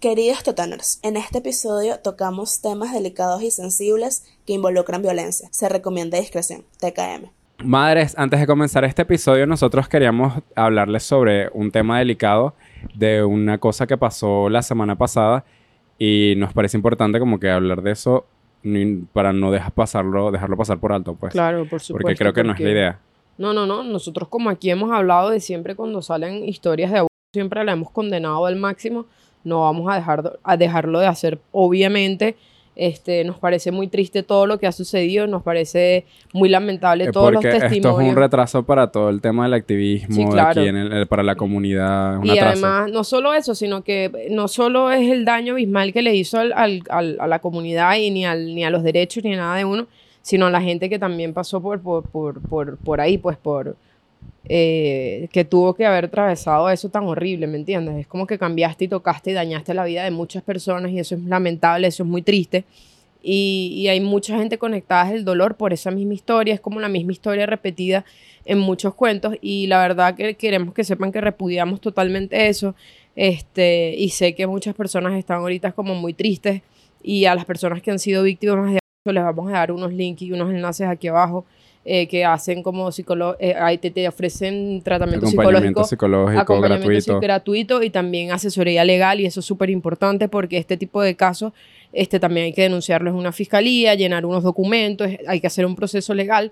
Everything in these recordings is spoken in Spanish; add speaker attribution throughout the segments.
Speaker 1: Queridos totaners, en este episodio tocamos temas delicados y sensibles que involucran violencia. Se recomienda discreción. TKM.
Speaker 2: Madres, antes de comenzar este episodio, nosotros queríamos hablarles sobre un tema delicado de una cosa que pasó la semana pasada y nos parece importante como que hablar de eso ni- para no dejar pasarlo, dejarlo pasar por alto, pues.
Speaker 3: Claro, por supuesto.
Speaker 2: porque creo que no es la
Speaker 3: porque-
Speaker 2: idea.
Speaker 3: No, no, no. Nosotros como aquí hemos hablado de siempre cuando salen historias de abuso, siempre la hemos condenado al máximo. No vamos a, dejar, de- a dejarlo de hacer, obviamente. Este, nos parece muy triste todo lo que ha sucedido, nos parece muy lamentable
Speaker 2: Eh,
Speaker 3: todos los
Speaker 2: porque esto es un
Speaker 3: testimonios.
Speaker 2: retraso para todo el tema del activismo
Speaker 3: Sí,
Speaker 2: de
Speaker 3: claro.
Speaker 2: aquí en el- el- para la comunidad. Un
Speaker 3: y
Speaker 2: atraso.
Speaker 3: además, no solo eso, sino que eh, no solo es el daño abismal que le hizo al- al- al- a la comunidad y ni, al, ni a los derechos ni a nada de uno, sino a la gente que también pasó por, por, por, por, por ahí, pues por... eh, que tuvo que haber atravesado eso tan horrible, ¿me entiendes? Es como que cambiaste y tocaste y dañaste la vida de muchas personas y eso es lamentable, eso es muy triste. Y, y hay mucha gente conectada del dolor por esa misma historia, es como la misma historia repetida en muchos cuentos y la verdad que queremos que sepan que repudiamos totalmente eso. Este, y sé que muchas personas están ahorita como muy tristes y a las personas que han sido víctimas de abuso les vamos a dar unos links y unos enlaces aquí abajo eh, que hacen como psicólogo, te, te ofrecen tratamiento
Speaker 2: acompañamiento
Speaker 3: psicológico
Speaker 2: psicológico,
Speaker 3: acompañamiento
Speaker 2: gratuito.
Speaker 3: sí- gratuito y también asesoría legal y eso es súper importante porque este tipo de casos este, también hay que denunciarlo en una fiscalía, llenar unos documentos, hay que hacer un proceso legal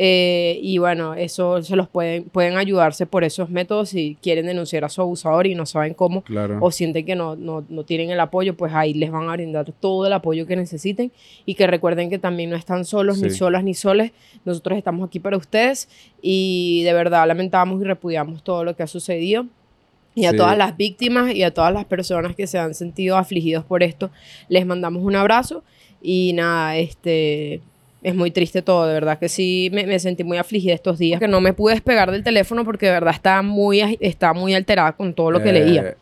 Speaker 3: eh, y bueno, eso se los pueden, pueden ayudarse por esos métodos si quieren denunciar a su abusador y no saben cómo
Speaker 2: Claro.
Speaker 3: o sienten que no, no, no tienen el apoyo, pues ahí les van a brindar todo el apoyo que necesiten y que recuerden que también no están solos, ni
Speaker 2: Sí.
Speaker 3: solas, ni soles. Nosotros estamos aquí para ustedes y de verdad lamentamos y repudiamos todo lo que ha sucedido. Y a
Speaker 2: Sí.
Speaker 3: todas las víctimas y a todas las personas que se han sentido afligidos por esto, les mandamos un abrazo y nada, este... Es muy triste todo, de verdad que sí me, me sentí muy afligida estos días, que no me pude despegar del teléfono porque de verdad estaba muy, ag- estaba muy alterada con todo lo que
Speaker 2: Eh,
Speaker 3: leía.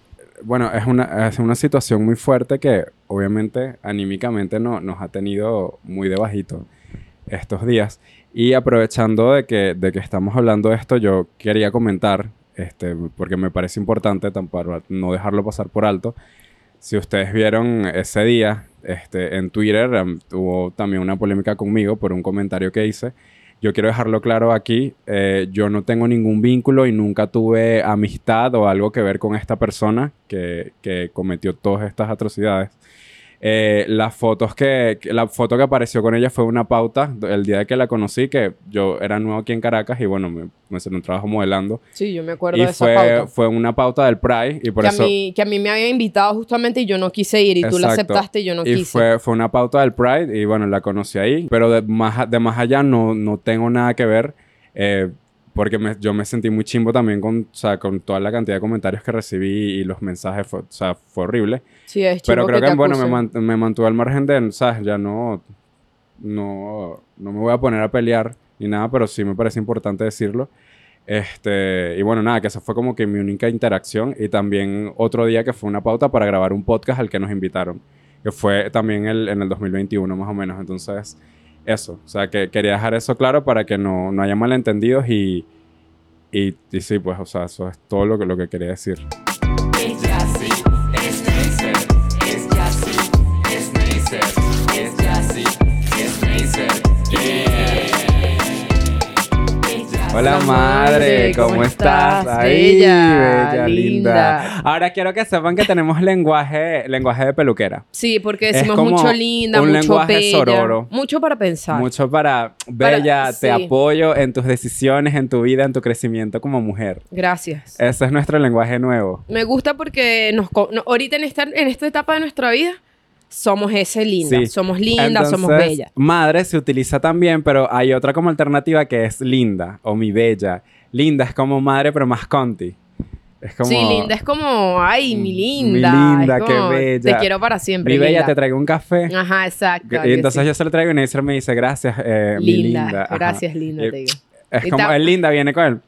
Speaker 2: Bueno, es una, es una situación muy fuerte que obviamente anímicamente no, nos ha tenido muy de bajito estos días. Y aprovechando de que, de que estamos hablando de esto, yo quería comentar, este, porque me parece importante tan para no dejarlo pasar por alto. Si ustedes vieron ese día este, en Twitter, em, hubo también una polémica conmigo por un comentario que hice. Yo quiero dejarlo claro aquí, eh, yo no tengo ningún vínculo y nunca tuve amistad o algo que ver con esta persona que, que cometió todas estas atrocidades. Eh, las fotos que, que- la foto que apareció con ella fue una pauta do- el día que la conocí, que yo era nuevo aquí en Caracas y bueno, me, me salió un trabajo modelando.
Speaker 3: Sí, yo me acuerdo
Speaker 2: Y
Speaker 3: de esa
Speaker 2: fue,
Speaker 3: pauta.
Speaker 2: fue una pauta del Pride y por
Speaker 3: que,
Speaker 2: eso...
Speaker 3: a mí, que a mí me habían invitado justamente y yo no quise ir. Y tú la
Speaker 2: Exacto.
Speaker 3: aceptaste y yo no
Speaker 2: y
Speaker 3: quise.
Speaker 2: fue, fue una pauta del Pride y bueno, la conocí ahí, pero de más, a- de más allá no, no tengo nada que ver eh, porque me- yo me sentí muy chimbo también con, o sea, con toda la cantidad de comentarios que recibí y los mensajes, fue, o sea, fue horrible.
Speaker 3: sí, es
Speaker 2: Pero
Speaker 3: chimbo
Speaker 2: creo que,
Speaker 3: te
Speaker 2: bueno, me,
Speaker 3: acusen.
Speaker 2: man- me mantuve al margen de, ¿sabes? Ya no, no, no me voy a poner a pelear ni nada, pero sí me parece importante decirlo. Este, y bueno, nada, que esa fue como que mi única interacción y también otro día que fue una pauta para grabar un podcast al que nos invitaron, que fue también el, en el 2021 más o menos, entonces eso, o sea, que quería dejar eso claro para que no, no haya malentendidos y, y, y sí, pues, o sea, eso es todo lo que, lo que quería decir. Hola madre, ¿cómo estás? Ay,
Speaker 3: Bella,
Speaker 2: bella, linda.
Speaker 3: linda.
Speaker 2: Ahora quiero que sepan que tenemos lenguaje, lenguaje de peluquera.
Speaker 3: Sí, porque
Speaker 2: Es
Speaker 3: decimos
Speaker 2: como
Speaker 3: mucho linda,
Speaker 2: un
Speaker 3: mucho
Speaker 2: lenguaje
Speaker 3: bella.
Speaker 2: sororo.
Speaker 3: Mucho para pensar.
Speaker 2: Mucho para,
Speaker 3: Para-
Speaker 2: bella, te
Speaker 3: sí.
Speaker 2: apoyo en tus decisiones, en tu vida, en tu crecimiento como mujer.
Speaker 3: Gracias.
Speaker 2: Ese es nuestro lenguaje nuevo.
Speaker 3: Me gusta porque nos, co- no, ahorita en esta, en esta etapa de nuestra vida somos ese linda.
Speaker 2: Sí.
Speaker 3: Somos linda, somos
Speaker 2: Entonces,
Speaker 3: bella.
Speaker 2: Madre se utiliza también, pero hay otra como alternativa que es linda o mi bella. Linda es como madre, pero más conti. Es como.
Speaker 3: sí, linda es como, ay, mi
Speaker 2: Mi
Speaker 3: linda.
Speaker 2: linda,
Speaker 3: es
Speaker 2: qué
Speaker 3: como,
Speaker 2: bella.
Speaker 3: Te quiero para siempre.
Speaker 2: Mi bella,
Speaker 3: linda. Ah,
Speaker 2: te traigo un café.
Speaker 3: Ajá, exacto.
Speaker 2: y
Speaker 3: algo
Speaker 2: entonces
Speaker 3: así.
Speaker 2: yo se lo traigo y Neisser me dice, gracias, eh, mi
Speaker 3: linda.
Speaker 2: linda. Ajá.
Speaker 3: Gracias, linda,
Speaker 2: Y-
Speaker 3: te digo.
Speaker 2: Es
Speaker 3: Y
Speaker 2: como,
Speaker 3: ta-
Speaker 2: el linda viene con él.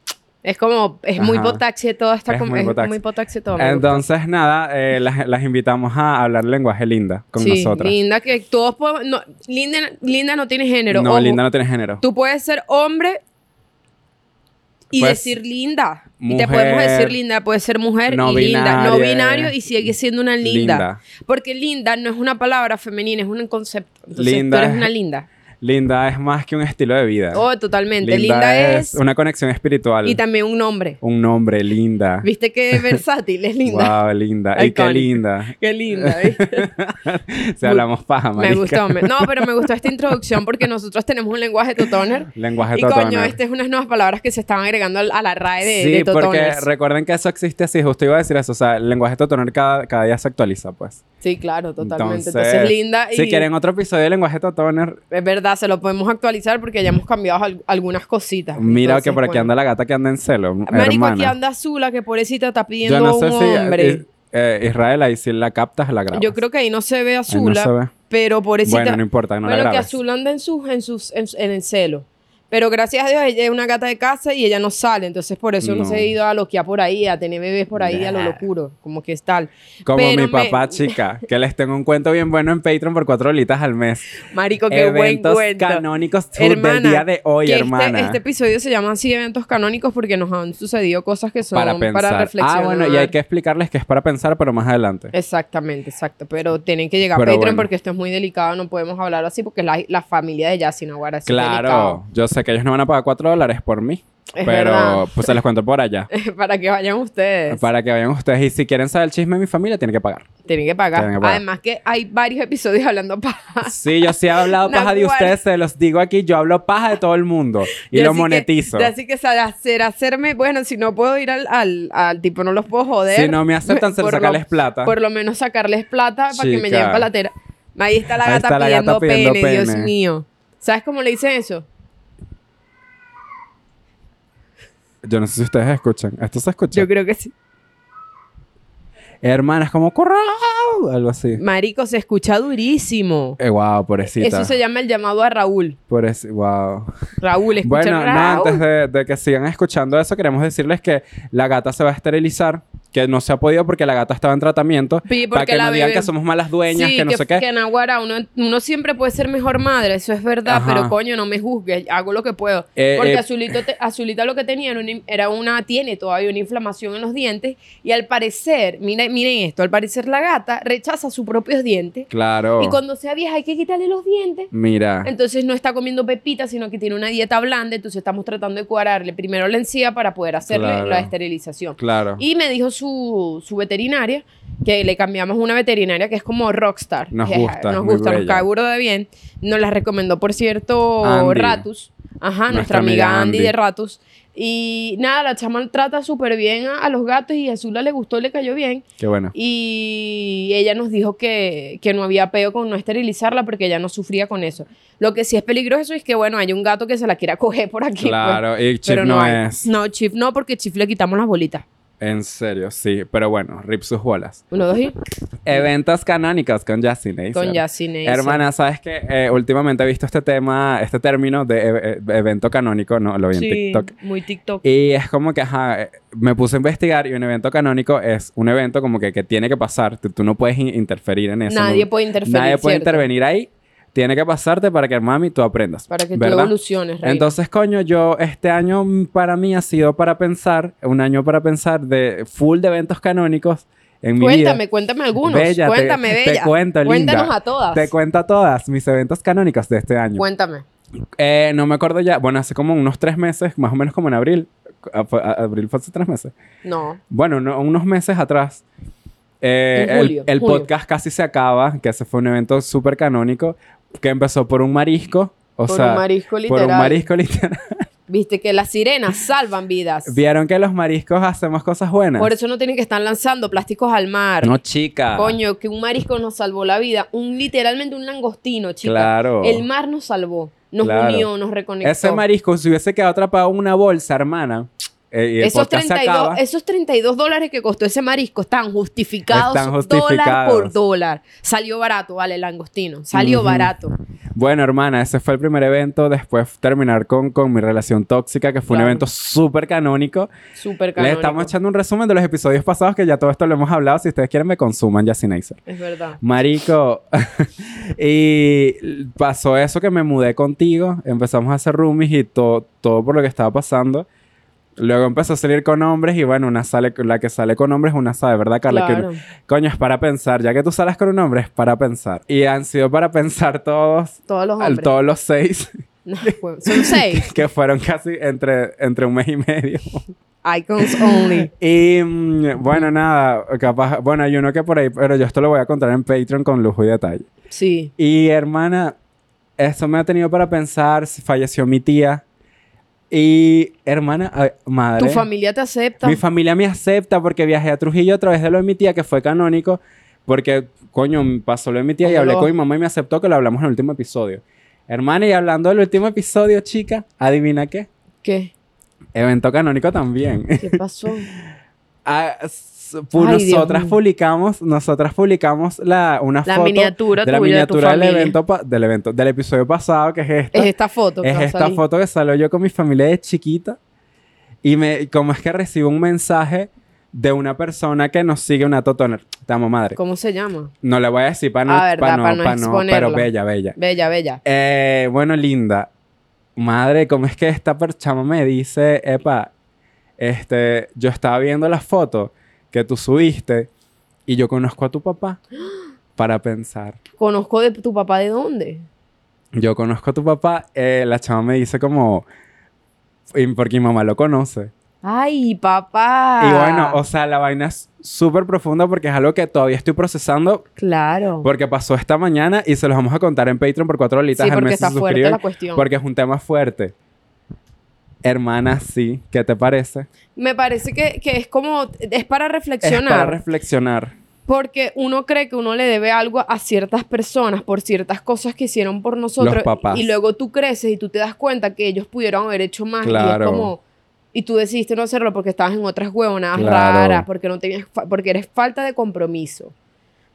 Speaker 3: Es como, es muy
Speaker 2: Ajá.
Speaker 3: potaxi todo está
Speaker 2: Es
Speaker 3: como,
Speaker 2: muy
Speaker 3: es
Speaker 2: potaxi.
Speaker 3: muy potaxi todo. me gusta.
Speaker 2: Entonces, nada, eh, las, las invitamos a hablar lenguaje linda con
Speaker 3: sí,
Speaker 2: nosotras.
Speaker 3: Linda, que todos podemos. No, linda, linda no tiene género.
Speaker 2: no,
Speaker 3: ojo.
Speaker 2: linda no tiene género.
Speaker 3: Tú puedes ser hombre Y
Speaker 2: Pues,
Speaker 3: decir linda. y
Speaker 2: mujer,
Speaker 3: te podemos decir linda, puede ser mujer
Speaker 2: no
Speaker 3: y linda. No
Speaker 2: binaria,
Speaker 3: binario y sigue siendo una linda.
Speaker 2: linda.
Speaker 3: Porque linda no es una palabra femenina, es un concepto. Entonces,
Speaker 2: Linda
Speaker 3: tú eres
Speaker 2: es-
Speaker 3: una linda.
Speaker 2: Linda es más que un estilo de vida.
Speaker 3: Oh, totalmente. Linda, es.
Speaker 2: una conexión espiritual.
Speaker 3: Y también un nombre.
Speaker 2: un nombre, linda.
Speaker 3: ¿Viste qué versátil es linda?
Speaker 2: Wow, linda. Y qué
Speaker 3: Iconic.
Speaker 2: linda.
Speaker 3: Qué linda, ¿viste?
Speaker 2: Se hablamos paja,
Speaker 3: me
Speaker 2: marica.
Speaker 3: gustó. me- No, pero me gustó esta introducción porque nosotros tenemos un lenguaje totoner.
Speaker 2: Lenguaje
Speaker 3: Y coño,
Speaker 2: totoner.
Speaker 3: estas son unas nuevas palabras que se están agregando al- a la RAE de,
Speaker 2: sí,
Speaker 3: de
Speaker 2: porque
Speaker 3: totoners.
Speaker 2: recuerden que eso existe así, justo iba a decir eso, o sea, el lenguaje totoner cada, cada día se actualiza, pues.
Speaker 3: Sí, claro, totalmente.
Speaker 2: Entonces,
Speaker 3: Entonces, linda y...
Speaker 2: Si quieren otro episodio de lenguaje totoner,
Speaker 3: Es verdad, se lo podemos actualizar porque ya hemos cambiado al- algunas cositas.
Speaker 2: mira que
Speaker 3: Entonces,
Speaker 2: por aquí
Speaker 3: bueno.
Speaker 2: anda la gata que anda en celo,
Speaker 3: Marico,
Speaker 2: hermana.
Speaker 3: aquí anda Azula, que pobrecita está pidiendo
Speaker 2: Yo no
Speaker 3: un
Speaker 2: sé si
Speaker 3: hombre.
Speaker 2: eh, eh, Israel ahí si la captas la grabas.
Speaker 3: Yo creo que ahí no se ve
Speaker 2: Ahí no
Speaker 3: Azula,
Speaker 2: se ve.
Speaker 3: pero pobrecita.
Speaker 2: Bueno, no importa, no la
Speaker 3: bueno, que
Speaker 2: grabes.
Speaker 3: Azul anda en sus, en sus, en, en el celo. Pero gracias a Dios ella es una gata de casa y ella no sale. Entonces por eso no,
Speaker 2: No.
Speaker 3: se ha ido a loquear por ahí, a tener bebés por ahí, a lo
Speaker 2: Nah.
Speaker 3: locuro. Como que es tal.
Speaker 2: Como
Speaker 3: Pero
Speaker 2: mi
Speaker 3: me-
Speaker 2: papá, chica, que les tengo un cuento bien bueno en Patreon por cuatro holitas al mes.
Speaker 3: Marico, qué buen
Speaker 2: Eventos
Speaker 3: cuento.
Speaker 2: canónicos tú del día de hoy,
Speaker 3: que este-
Speaker 2: hermana.
Speaker 3: Este, episodio se llama así eventos canónicos porque nos han sucedido cosas que son
Speaker 2: para
Speaker 3: para,
Speaker 2: pensar.
Speaker 3: reflexionar.
Speaker 2: Ah, bueno, y hay que explicarles que es para pensar, pero más adelante.
Speaker 3: Exactamente, exacto. Pero tienen que llegar
Speaker 2: Pero
Speaker 3: a
Speaker 2: bueno.
Speaker 3: Patreon porque esto es muy delicado. No podemos hablar así porque la, la familia de Yacina Guara es
Speaker 2: Claro,
Speaker 3: delicado.
Speaker 2: yo sé que ellos no van a pagar cuatro dólares por mí,
Speaker 3: Es
Speaker 2: pero
Speaker 3: verdad.
Speaker 2: pues se los cuento por allá.
Speaker 3: Para que vayan ustedes.
Speaker 2: Para que vayan ustedes y si quieren saber el chisme de mi familia, tienen que pagar.
Speaker 3: Tienen que pagar.
Speaker 2: Tienen que pagar.
Speaker 3: Además que hay varios episodios hablando paja.
Speaker 2: Sí, yo sí he hablado paja de
Speaker 3: Naguará.
Speaker 2: ustedes, se los digo aquí, yo hablo paja de todo el mundo y lo
Speaker 3: así que-
Speaker 2: monetizo.
Speaker 3: y así que sa- hacer, hacerme, bueno, si no puedo ir al, al, al tipo, no los puedo joder.
Speaker 2: si no me aceptan, se
Speaker 3: por
Speaker 2: los
Speaker 3: lo-
Speaker 2: sacarles plata.
Speaker 3: Por lo menos sacarles plata para que me
Speaker 2: Chica.
Speaker 3: lleven para la tera. Ahí está la
Speaker 2: Ahí
Speaker 3: gata,
Speaker 2: está la
Speaker 3: pidiendo,
Speaker 2: gata pidiendo
Speaker 3: pene, Dios
Speaker 2: pene.
Speaker 3: mío. ¿Sabes cómo le dicen eso?
Speaker 2: Yo no sé si ustedes escuchan. Esto se escucha.
Speaker 3: Yo creo que sí.
Speaker 2: Hermanas, como corral, algo así.
Speaker 3: Marico, se escucha durísimo.
Speaker 2: Eh, wow, pobrecita.
Speaker 3: Eso se llama el llamado a Raúl.
Speaker 2: Pobreci- wow.
Speaker 3: Raúl, escucha
Speaker 2: Bueno, no,
Speaker 3: Raúl.
Speaker 2: antes de, de que sigan escuchando eso, queremos decirles que la gata se va a esterilizar, que no se ha podido porque la gata estaba en tratamiento.
Speaker 3: Sí,
Speaker 2: para
Speaker 3: porque
Speaker 2: que
Speaker 3: la
Speaker 2: no digan
Speaker 3: bebé-
Speaker 2: que somos malas dueñas,
Speaker 3: Sí,
Speaker 2: que no sé qué. Eh,
Speaker 3: que Naguará, uno, uno siempre puede ser mejor madre, eso es verdad,
Speaker 2: Ajá.
Speaker 3: pero coño, no me juzgues, hago lo que puedo.
Speaker 2: Eh,
Speaker 3: Porque
Speaker 2: eh,
Speaker 3: Azulito te- Azulita lo que tenía era una, era una- tiene todavía una inflamación en los dientes y al parecer, miren, miren esto, al parecer la gata rechaza sus propios dientes
Speaker 2: Claro.
Speaker 3: y cuando sea vieja hay que quitarle los dientes.
Speaker 2: Mira.
Speaker 3: Entonces no está comiendo pepita, sino que tiene una dieta blanda, entonces estamos tratando de cuadrarle primero la encía para poder hacerle
Speaker 2: Claro.
Speaker 3: la esterilización.
Speaker 2: Claro.
Speaker 3: Y me dijo su, su veterinaria que le cambiamos una veterinaria que es como rockstar.
Speaker 2: Nos
Speaker 3: que es-
Speaker 2: gusta, es
Speaker 3: nos
Speaker 2: muy
Speaker 3: gusta, nos
Speaker 2: bella.
Speaker 3: cae burda de bien. Nos la recomendó, por cierto,
Speaker 2: Andy.
Speaker 3: Ratus. Ajá, nuestra,
Speaker 2: Nuestra
Speaker 3: amiga,
Speaker 2: amiga
Speaker 3: Andy
Speaker 2: Andy.
Speaker 3: de Ratus. Y nada, la chama trata súper bien a, a los gatos y a Azula le gustó, le cayó bien.
Speaker 2: Qué bueno.
Speaker 3: Y ella nos dijo que, que no había peo con no esterilizarla porque ella no sufría con eso. Lo que sí es peligroso es que, bueno, hay un gato que se la quiera coger por aquí. pues.
Speaker 2: claro. Y Chip
Speaker 3: Pero
Speaker 2: no,
Speaker 3: hay.
Speaker 2: es.
Speaker 3: No, Chif no, porque Chif le quitamos las bolitas.
Speaker 2: En serio, sí. Pero bueno, rip sus bolas.
Speaker 3: Uno, dos y...
Speaker 2: Eventos canónicos con Justin
Speaker 3: Con
Speaker 2: Neisser.
Speaker 3: Yacine.
Speaker 2: Hermana, sabes que últimamente he visto este tema, este término de e- e- evento canónico, no lo vi en TikTok.
Speaker 3: Muy TikTok.
Speaker 2: Y es como que, ajá, eh, me puse a investigar y un evento canónico es un evento como que, que tiene que pasar. Tú, tú no puedes in- interferir en eso.
Speaker 3: Nadie
Speaker 2: no-
Speaker 3: puede interferir.
Speaker 2: Nadie puede
Speaker 3: ¿cierto?
Speaker 2: intervenir ahí. Tiene que pasarte para que, mami, tú aprendas.
Speaker 3: Para que tú
Speaker 2: ¿verdad?
Speaker 3: evoluciones, reina.
Speaker 2: Entonces, coño, yo este año mm, para mí ha sido para pensar, un año para pensar de full de eventos canónicos en mi vida.
Speaker 3: cuéntame, cuéntame algunos.
Speaker 2: Bella, te-
Speaker 3: cuéntame,
Speaker 2: te
Speaker 3: bella.
Speaker 2: cuento, linda.
Speaker 3: Cuéntanos a todas.
Speaker 2: Te cuento todas mis eventos canónicos de este año.
Speaker 3: cuéntame.
Speaker 2: Eh, no me acuerdo ya. Bueno, hace como unos tres meses, más o menos como en abril. A- fue- a- abril fue hace tres meses.
Speaker 3: No.
Speaker 2: Bueno, no- unos meses atrás. eh,
Speaker 3: En
Speaker 2: el-
Speaker 3: julio,
Speaker 2: el
Speaker 3: julio.
Speaker 2: podcast casi se acaba, que ese fue un evento súper canónico, que empezó por un marisco. O
Speaker 3: por
Speaker 2: sea,
Speaker 3: un marisco
Speaker 2: por
Speaker 3: literal.
Speaker 2: un marisco literal.
Speaker 3: Viste que las sirenas salvan vidas.
Speaker 2: Vieron que los mariscos hacemos cosas buenas.
Speaker 3: Por eso no tienen que estar lanzando plásticos al mar.
Speaker 2: No, chica.
Speaker 3: Coño, que un marisco nos salvó la vida. Un literalmente un langostino, chica.
Speaker 2: Claro.
Speaker 3: El mar nos salvó. Nos
Speaker 2: Claro.
Speaker 3: unió, nos reconectó.
Speaker 2: Ese marisco, si hubiese quedado atrapado en una bolsa, hermana, eh, y el
Speaker 3: Esos
Speaker 2: podcast se
Speaker 3: 32,
Speaker 2: acaba.
Speaker 3: esos 32 dólares que costó ese marisco están justificados,
Speaker 2: Están
Speaker 3: dólar
Speaker 2: justificados.
Speaker 3: por dólar. Salió barato, vale, el langostino. Salió
Speaker 2: Ujú.
Speaker 3: barato.
Speaker 2: Bueno, hermana, ese fue el primer evento. Después terminar con, con mi relación tóxica, que fue un
Speaker 3: Claro.
Speaker 2: evento súper canónico.
Speaker 3: Súper caro.
Speaker 2: Les estamos echando un resumen de los episodios pasados, que ya todo esto lo hemos hablado. Si ustedes quieren, me consuman ya sin Acer.
Speaker 3: Es verdad.
Speaker 2: Marico, y pasó eso que me mudé contigo, empezamos a hacer roomies y todo, todo por lo que estaba pasando. Luego empezó a salir con hombres y bueno, una sale, la que sale con hombres, una sabe, ¿verdad, Carla? Que
Speaker 3: Claro.
Speaker 2: Coño, es para pensar. Ya que tú sales con un hombre, es para pensar. Y han sido para pensar todos,
Speaker 3: Todos los
Speaker 2: al,
Speaker 3: hombres.
Speaker 2: todos los seis,
Speaker 3: No, pues, son seis.
Speaker 2: que fueron casi entre, entre un mes y medio.
Speaker 3: Icons only.
Speaker 2: Y mm, bueno, nada, capaz, bueno, hay uno que por ahí, pero yo esto lo voy a contar en Patreon con lujo y detalle.
Speaker 3: Sí.
Speaker 2: Y hermana, esto me ha tenido para pensar, falleció mi tía. Y hermana, ay, madre.
Speaker 3: Tu familia te acepta.
Speaker 2: Mi familia me acepta porque viajé a Trujillo a través de lo de mi tía, que fue canónico, porque, coño, pasó lo de mi tía y
Speaker 3: Coño,
Speaker 2: hablé
Speaker 3: lo-
Speaker 2: con mi mamá y me aceptó que lo hablamos en el último episodio. Hermana, y hablando del último episodio, chica, adivina qué.
Speaker 3: ¿Qué?
Speaker 2: Evento canónico también.
Speaker 3: ¿Qué pasó?
Speaker 2: Ah, s- pu-
Speaker 3: Ay, Dios
Speaker 2: nosotras
Speaker 3: mío.
Speaker 2: publicamos, nosotras publicamos la, una
Speaker 3: La
Speaker 2: foto
Speaker 3: miniatura
Speaker 2: de la
Speaker 3: tuya, de tu
Speaker 2: miniatura del
Speaker 3: familia.
Speaker 2: evento, pa- del evento, del episodio pasado, que es esta.
Speaker 3: Es esta foto. que
Speaker 2: Es
Speaker 3: va a
Speaker 2: esta
Speaker 3: salir.
Speaker 2: foto que salió yo con mi familia de chiquita. Y me, como es que recibo un mensaje de una persona que nos sigue, una totona. Estamos madre.
Speaker 3: ¿Cómo se llama?
Speaker 2: No le voy a decir para no,
Speaker 3: Ah, verdad,
Speaker 2: pa' no,
Speaker 3: pa' no
Speaker 2: pa' no, pero
Speaker 3: exponerla.
Speaker 2: bella, bella.
Speaker 3: Bella, bella.
Speaker 2: Eh, bueno, linda. Madre, ¿cómo es que esta perchama me dice, epa, este, yo estaba viendo la foto que tú subiste y yo conozco a tu papá para pensar.
Speaker 3: Conozco de tu papá de dónde.
Speaker 2: yo conozco a tu papá, eh, la chama me dice como, y porque mi mamá lo conoce.
Speaker 3: Ay, papá.
Speaker 2: Y bueno, o sea, la vaina es súper profunda porque es algo que todavía estoy procesando
Speaker 3: Claro.
Speaker 2: porque pasó esta mañana y se los vamos a contar en Patreon por cuatro horitas
Speaker 3: Sí,
Speaker 2: al
Speaker 3: porque
Speaker 2: mes. si
Speaker 3: está
Speaker 2: se
Speaker 3: fuerte
Speaker 2: suscriben,
Speaker 3: la cuestión.
Speaker 2: Porque es un tema fuerte. Hermana, sí, ¿qué te parece?
Speaker 3: Me parece que, que es como, es para
Speaker 2: Es para
Speaker 3: reflexionar.
Speaker 2: reflexionar.
Speaker 3: Porque uno cree que uno le debe algo a ciertas personas por ciertas cosas que hicieron por nosotros.
Speaker 2: Los papás.
Speaker 3: Y luego tú creces y tú te das cuenta que ellos pudieron haber hecho más.
Speaker 2: Claro.
Speaker 3: Y es como. Y tú decidiste no hacerlo porque estabas en otras huevonadas
Speaker 2: Claro.
Speaker 3: raras, porque no tenías fa- porque eres falta de compromiso.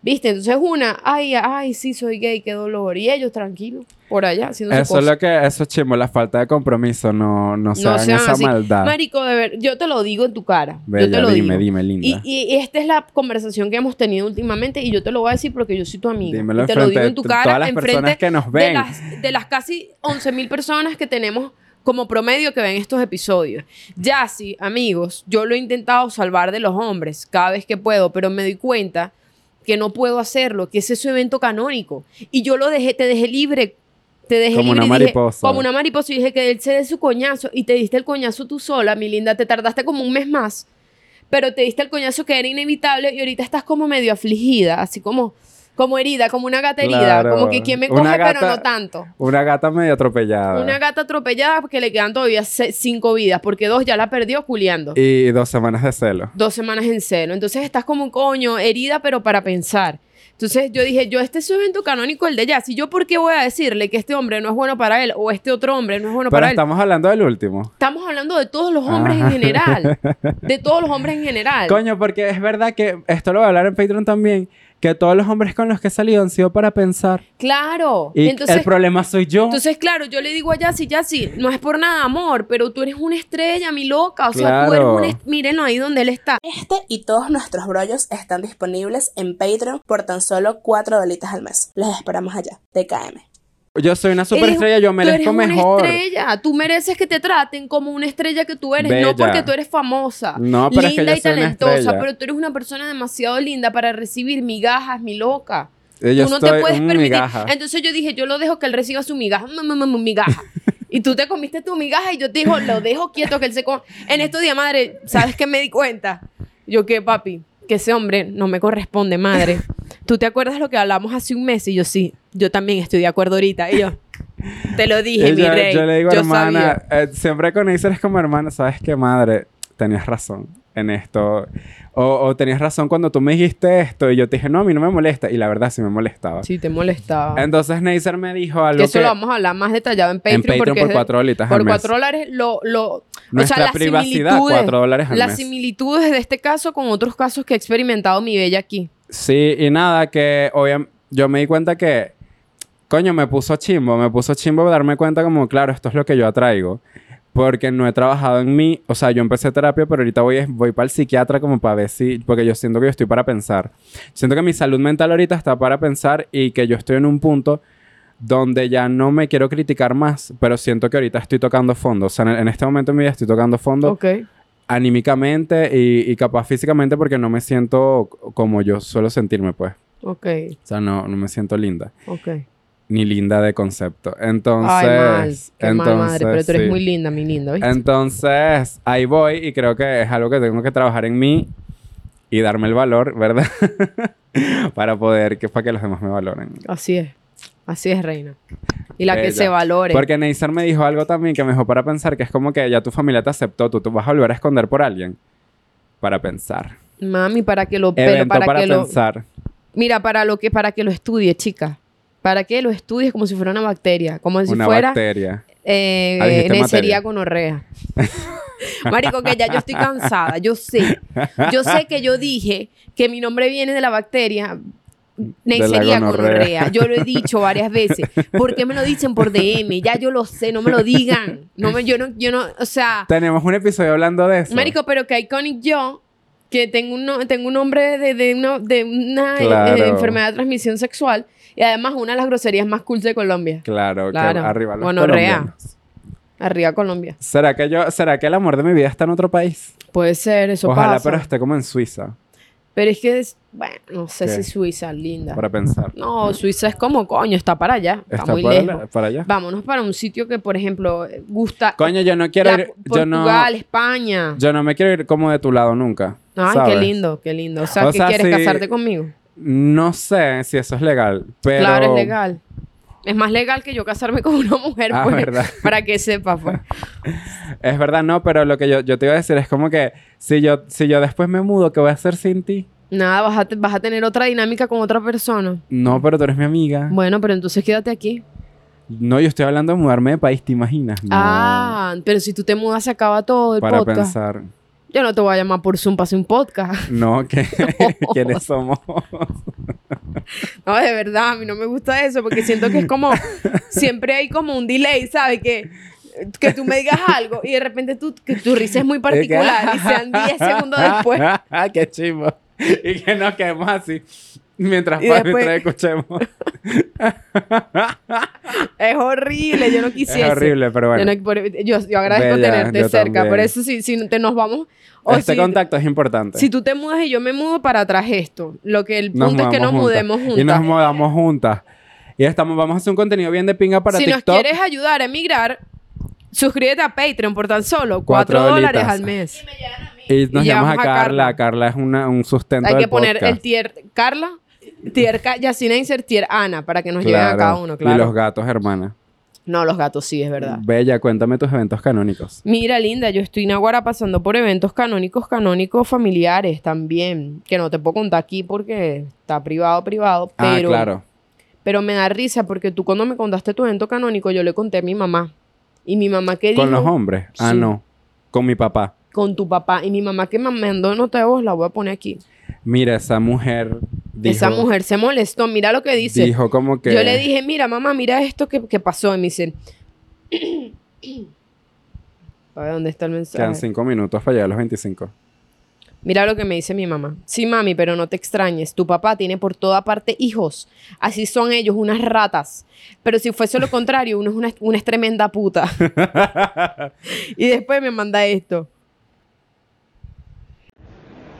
Speaker 3: ¿Viste? Entonces una, ay, ay, sí, soy gay, qué dolor. Y ellos tranquilos, por allá, haciendo su
Speaker 2: Eso es
Speaker 3: cosa.
Speaker 2: lo que, eso es chimbo, la falta de compromiso, no, no, se
Speaker 3: No
Speaker 2: hagan
Speaker 3: sean
Speaker 2: esa
Speaker 3: así.
Speaker 2: maldad.
Speaker 3: Marico, de ver, yo te lo digo en tu cara. yo te
Speaker 2: Bella,
Speaker 3: lo
Speaker 2: dime,
Speaker 3: digo.
Speaker 2: dime,
Speaker 3: Y,
Speaker 2: linda.
Speaker 3: y esta es la conversación que hemos tenido últimamente y yo te lo voy a decir porque yo soy tu amiga.
Speaker 2: Dímelo
Speaker 3: y te lo digo
Speaker 2: enfrente
Speaker 3: en tu
Speaker 2: de todas
Speaker 3: cara,
Speaker 2: las
Speaker 3: enfrente
Speaker 2: personas que nos
Speaker 3: de
Speaker 2: ven.
Speaker 3: las, de las casi 11.000 personas que tenemos como promedio que ven estos episodios. Ya sí, amigos, yo lo he intentado salvar de los hombres cada vez que puedo, pero me doy cuenta que no puedo hacerlo, que ese es su evento canónico. Y yo lo dejé, te dejé libre. Te dejé
Speaker 2: Como
Speaker 3: libre
Speaker 2: una
Speaker 3: y dije-
Speaker 2: mariposa.
Speaker 3: como una mariposa. Y dije que él se dé su coñazo y te diste el coñazo tú sola, mi linda. Te tardaste como un mes más pero te diste el coñazo que era inevitable y ahorita estás como medio afligida, así como, como herida, como una gata herida,
Speaker 2: Claro.
Speaker 3: como que quien me
Speaker 2: Una
Speaker 3: coge pero
Speaker 2: gata-
Speaker 3: no tanto.
Speaker 2: Una gata medio atropellada.
Speaker 3: Una gata atropellada porque le quedan todavía se- cinco vidas, porque dos ya la perdió culiando.
Speaker 2: Y dos semanas de celo.
Speaker 3: Dos semanas en celo. Entonces estás como un coño, herida, pero para pensar. Entonces yo dije, yo este es su evento canónico, el de jazz. ¿Y yo por qué voy a decirle que este hombre no es bueno para él o este otro hombre no es bueno
Speaker 2: Pero
Speaker 3: para él?
Speaker 2: estamos hablando del último.
Speaker 3: Estamos hablando de todos los hombres
Speaker 2: Ajá.
Speaker 3: en general. De todos los hombres en general.
Speaker 2: Coño, porque es verdad que esto lo voy a hablar en Patreon también. Que todos los hombres con los que he salido han sido para pensar.
Speaker 3: Claro.
Speaker 2: Y
Speaker 3: Entonces,
Speaker 2: el problema soy yo.
Speaker 3: Entonces, claro, yo le digo a Yassi, Yassi, no es por nada, amor, pero tú eres una estrella, mi loca. O sea, tú eres
Speaker 2: Claro.
Speaker 3: una est- Mírenlo ahí donde él está.
Speaker 1: Este y todos nuestros brollos están disponibles en Patreon por tan solo 4 dolitas al mes. Les esperamos allá. TKM.
Speaker 2: yo soy una superestrella,
Speaker 3: Eres-
Speaker 2: yo merezco
Speaker 3: tú eres
Speaker 2: mejor.
Speaker 3: Una estrella. Tú mereces que te traten como una estrella que tú eres,
Speaker 2: Bella.
Speaker 3: no porque tú eres famosa,
Speaker 2: No, pero es que
Speaker 3: linda
Speaker 2: yo
Speaker 3: y
Speaker 2: soy una
Speaker 3: talentosa,
Speaker 2: estrella.
Speaker 3: pero tú eres una persona demasiado linda para recibir migajas, mi loca.
Speaker 2: Eh, yo
Speaker 3: tú no
Speaker 2: estoy
Speaker 3: te puedes
Speaker 2: un
Speaker 3: permitir.
Speaker 2: migaja.
Speaker 3: Entonces yo dije, yo lo dejo que él reciba su migaja, mm, mm, mm, migaja. Y tú te comiste tu migaja y yo te digo, lo dejo quieto que él se coma. En estos días, madre, ¿sabes qué me di cuenta? Yo que, papi, que ese hombre no me corresponde, madre. ¿Tú te acuerdas lo que hablamos hace un mes? Y yo, sí, yo también estoy de acuerdo ahorita. Y yo, te lo dije,
Speaker 2: Y
Speaker 3: mi
Speaker 2: yo,
Speaker 3: rey.
Speaker 2: yo le digo,
Speaker 3: yo sabía.
Speaker 2: hermana, eh, siempre con Acer es como hermana, ¿sabes qué, madre? Tenías razón en esto. O, o tenías razón cuando tú me dijiste esto y yo te dije, no, a mí no me molesta. Y la verdad sí me molestaba.
Speaker 3: Sí, te molestaba.
Speaker 2: Entonces Neisser me dijo algo
Speaker 3: que eso
Speaker 2: que-
Speaker 3: lo vamos a hablar más detallado en Patreon.
Speaker 2: en Patreon
Speaker 3: porque es
Speaker 2: por
Speaker 3: de-
Speaker 2: cuatro holitas
Speaker 3: Por
Speaker 2: al mes.
Speaker 3: 4 dólares, lo, lo,
Speaker 2: Nuestra
Speaker 3: o sea, las
Speaker 2: privacidad,
Speaker 3: similitudes,
Speaker 2: 4 dólares al
Speaker 3: las
Speaker 2: mes.
Speaker 3: similitudes de este caso con otros casos que ha experimentado mi bella aquí.
Speaker 2: Sí, y nada, que obviamente yo me di cuenta que, coño, me puso chimbo, me puso chimbo darme cuenta como, claro, esto es lo que yo atraigo. Porque no he trabajado en mí, o sea, yo empecé terapia, pero ahorita voy, voy para el psiquiatra como para ver si, porque yo siento que yo estoy para pensar. Siento que mi salud mental ahorita está para pensar y que yo estoy en un punto donde ya no me quiero criticar más, pero siento que ahorita estoy tocando fondo. O sea, en, en este momento de mi vida estoy tocando fondo
Speaker 3: Ok.
Speaker 2: anímicamente y, y capaz físicamente porque no me siento como yo suelo sentirme, pues.
Speaker 3: Ok,
Speaker 2: O sea, no, no me siento linda.
Speaker 3: ok.
Speaker 2: Ni linda de concepto. Entonces.
Speaker 3: Ay, mal. Qué
Speaker 2: entonces,
Speaker 3: mal, madre. Pero tú eres
Speaker 2: sí.
Speaker 3: muy linda, mi linda, ¿viste?
Speaker 2: Entonces, ahí voy y creo que es algo que tengo que trabajar en mí y darme el valor, ¿verdad? para poder, que para que los demás me valoren.
Speaker 3: Así es. Así es, reina. Y la que
Speaker 2: Bella.
Speaker 3: se valore.
Speaker 2: Porque Neisser me dijo algo también que me dejó para pensar, que es como que ya tu familia te aceptó, tú te vas a volver a esconder por alguien. Para pensar.
Speaker 3: Mami, para que lo... Pero
Speaker 2: Evento
Speaker 3: para,
Speaker 2: para,
Speaker 3: que lo...
Speaker 2: pensar.
Speaker 3: Mira, para, lo que, para que lo estudie, chica. Para que lo estudies como si fuera una bacteria. Como si
Speaker 2: una
Speaker 3: fuera...
Speaker 2: bacteria.
Speaker 3: Eh,
Speaker 2: Ah, dijiste
Speaker 3: Neisseria
Speaker 2: materia.
Speaker 3: gonorrea. Marico, que ya yo estoy cansada. Yo sé. Yo sé que yo dije que mi nombre viene de la bacteria Neisseria
Speaker 2: gonorrea.
Speaker 3: gonorrea. Yo lo he dicho varias veces. ¿Por qué me lo dicen por DM? Ya yo lo sé. No me lo digan. No me, yo no, yo no, o sea,
Speaker 2: Tenemos un episodio hablando de eso.
Speaker 3: marico, pero que iconic yo que tengo un, no- tengo un nombre de, de una, de una, eh,
Speaker 2: Claro.
Speaker 3: enfermedad de transmisión sexual y además una de las groserías más cool de Colombia.
Speaker 2: Claro,
Speaker 3: Claro.
Speaker 2: que arriba los
Speaker 3: Gonorrea.
Speaker 2: colombianos.
Speaker 3: Arriba Colombia.
Speaker 2: ¿Será que yo, será que el amor de mi vida está en otro país?
Speaker 3: Puede ser, eso
Speaker 2: Ojalá,
Speaker 3: pasa.
Speaker 2: pero esté como en Suiza.
Speaker 3: Pero es que, es, bueno, no sé
Speaker 2: ¿Qué?
Speaker 3: si Suiza es linda.
Speaker 2: Para pensar.
Speaker 3: No, Suiza es como, coño, está para allá, está,
Speaker 2: Está
Speaker 3: muy
Speaker 2: para,
Speaker 3: lejos.
Speaker 2: la- para allá.
Speaker 3: Vámonos para un sitio que, por ejemplo, gusta
Speaker 2: Coño, yo no quiero
Speaker 3: la-
Speaker 2: ir. Yo no,
Speaker 3: Portugal, España.
Speaker 2: yo no me quiero ir como de tu lado nunca.
Speaker 3: Ay,
Speaker 2: ¿sabes?
Speaker 3: qué lindo, qué lindo. O sea,
Speaker 2: O
Speaker 3: ¿qué
Speaker 2: sea,
Speaker 3: quieres
Speaker 2: sí.
Speaker 3: casarte conmigo?
Speaker 2: No sé si eso es legal, pero.
Speaker 3: Claro, es legal. Es más legal que yo casarme con una mujer,
Speaker 2: Ah,
Speaker 3: pues,
Speaker 2: verdad.
Speaker 3: para que sepa, pues.
Speaker 2: Es verdad, no, pero lo que yo, yo te iba a decir es como que si yo, si yo después me mudo, ¿qué voy a hacer sin ti?
Speaker 3: Nada, vas a, te- vas a tener otra dinámica con otra persona.
Speaker 2: No, pero tú eres mi amiga.
Speaker 3: Bueno, pero entonces quédate aquí.
Speaker 2: No, yo estoy hablando de mudarme de país, ¿te imaginas? No,
Speaker 3: Ah, pero si tú te mudas se acaba todo el
Speaker 2: para
Speaker 3: podcast.
Speaker 2: pensar.
Speaker 3: Yo no te voy a llamar por Zoom para hacer un podcast.
Speaker 2: No, que quiénes somos.
Speaker 3: No, de verdad, a mí no me gusta eso porque siento que es como, siempre hay como un delay, ¿sabes? Que, que tú me digas algo y de repente tú, que tu risa es muy particular y sean 10 segundos después.
Speaker 2: Qué chimbo. Y que nos quedemos así mientras
Speaker 3: Y
Speaker 2: pa-
Speaker 3: después-
Speaker 2: mientras escuchemos.
Speaker 3: Es horrible, yo no quisiese.
Speaker 2: Es horrible, pero bueno.
Speaker 3: Yo, no- por- yo- yo agradezco
Speaker 2: Bella,
Speaker 3: tenerte
Speaker 2: yo
Speaker 3: cerca,
Speaker 2: también.
Speaker 3: por eso si, si te nos vamos... O
Speaker 2: este
Speaker 3: si,
Speaker 2: contacto es importante.
Speaker 3: si tú te mudas y yo me mudo para atrás esto, lo que el
Speaker 2: Nos
Speaker 3: punto es que nos
Speaker 2: mudamos juntas.
Speaker 3: mudemos
Speaker 2: Y nos
Speaker 3: juntas.
Speaker 2: mudamos juntas. Y estamos, vamos a hacer un contenido bien de pinga para
Speaker 3: si
Speaker 2: TikTok.
Speaker 3: nos quieres ayudar a emigrar, suscríbete a Patreon por tan solo 4
Speaker 2: Cuatro
Speaker 3: dólares
Speaker 2: dolitas.
Speaker 3: al mes.
Speaker 2: Y nos llamamos
Speaker 3: Y
Speaker 2: a,
Speaker 3: llamamos a
Speaker 2: Carla.
Speaker 3: Carla.
Speaker 2: Carla. es una, un sustento
Speaker 3: Hay
Speaker 2: del
Speaker 3: que poner el
Speaker 2: podcast.
Speaker 3: tier Carla, tier Ca- Yacina Insert, tier Ana, para que nos lleguen a cada uno, claro.
Speaker 2: Y los Mm. gatos, hermana.
Speaker 3: No, los gatos sí, es verdad.
Speaker 2: Bella, cuéntame tus eventos canónicos.
Speaker 3: Mira, linda, yo estoy naguara pasando por eventos canónicos, canónicos familiares también, que no te puedo contar aquí porque está privado, privado,
Speaker 2: ah,
Speaker 3: pero,
Speaker 2: claro.
Speaker 3: pero me da risa porque tú cuando me contaste tu evento canónico, yo le conté a mi mamá. Y mi mamá que dijo
Speaker 2: Con los hombres. Ah,
Speaker 3: Sí.
Speaker 2: no. Con mi papá.
Speaker 3: con tu papá. Y mi mamá que me mandó nota de voz, la voy a poner aquí.
Speaker 2: Mira, esa mujer dijo,
Speaker 3: Esa mujer se molestó, mira lo que dice.
Speaker 2: dijo como que...
Speaker 3: Yo le dije, mira, mamá, mira esto que, que pasó. Y me dice, a ver, ¿dónde está el
Speaker 2: Quedan
Speaker 3: mensaje?
Speaker 2: cinco minutos para llegar a los 25.
Speaker 3: Mira lo que me dice mi mamá. Sí, mami, pero no te extrañes. Tu papá tiene por toda parte hijos. Así son ellos, unas ratas. Pero si fuese lo contrario, uno es una, una es tremenda puta. y después me manda esto.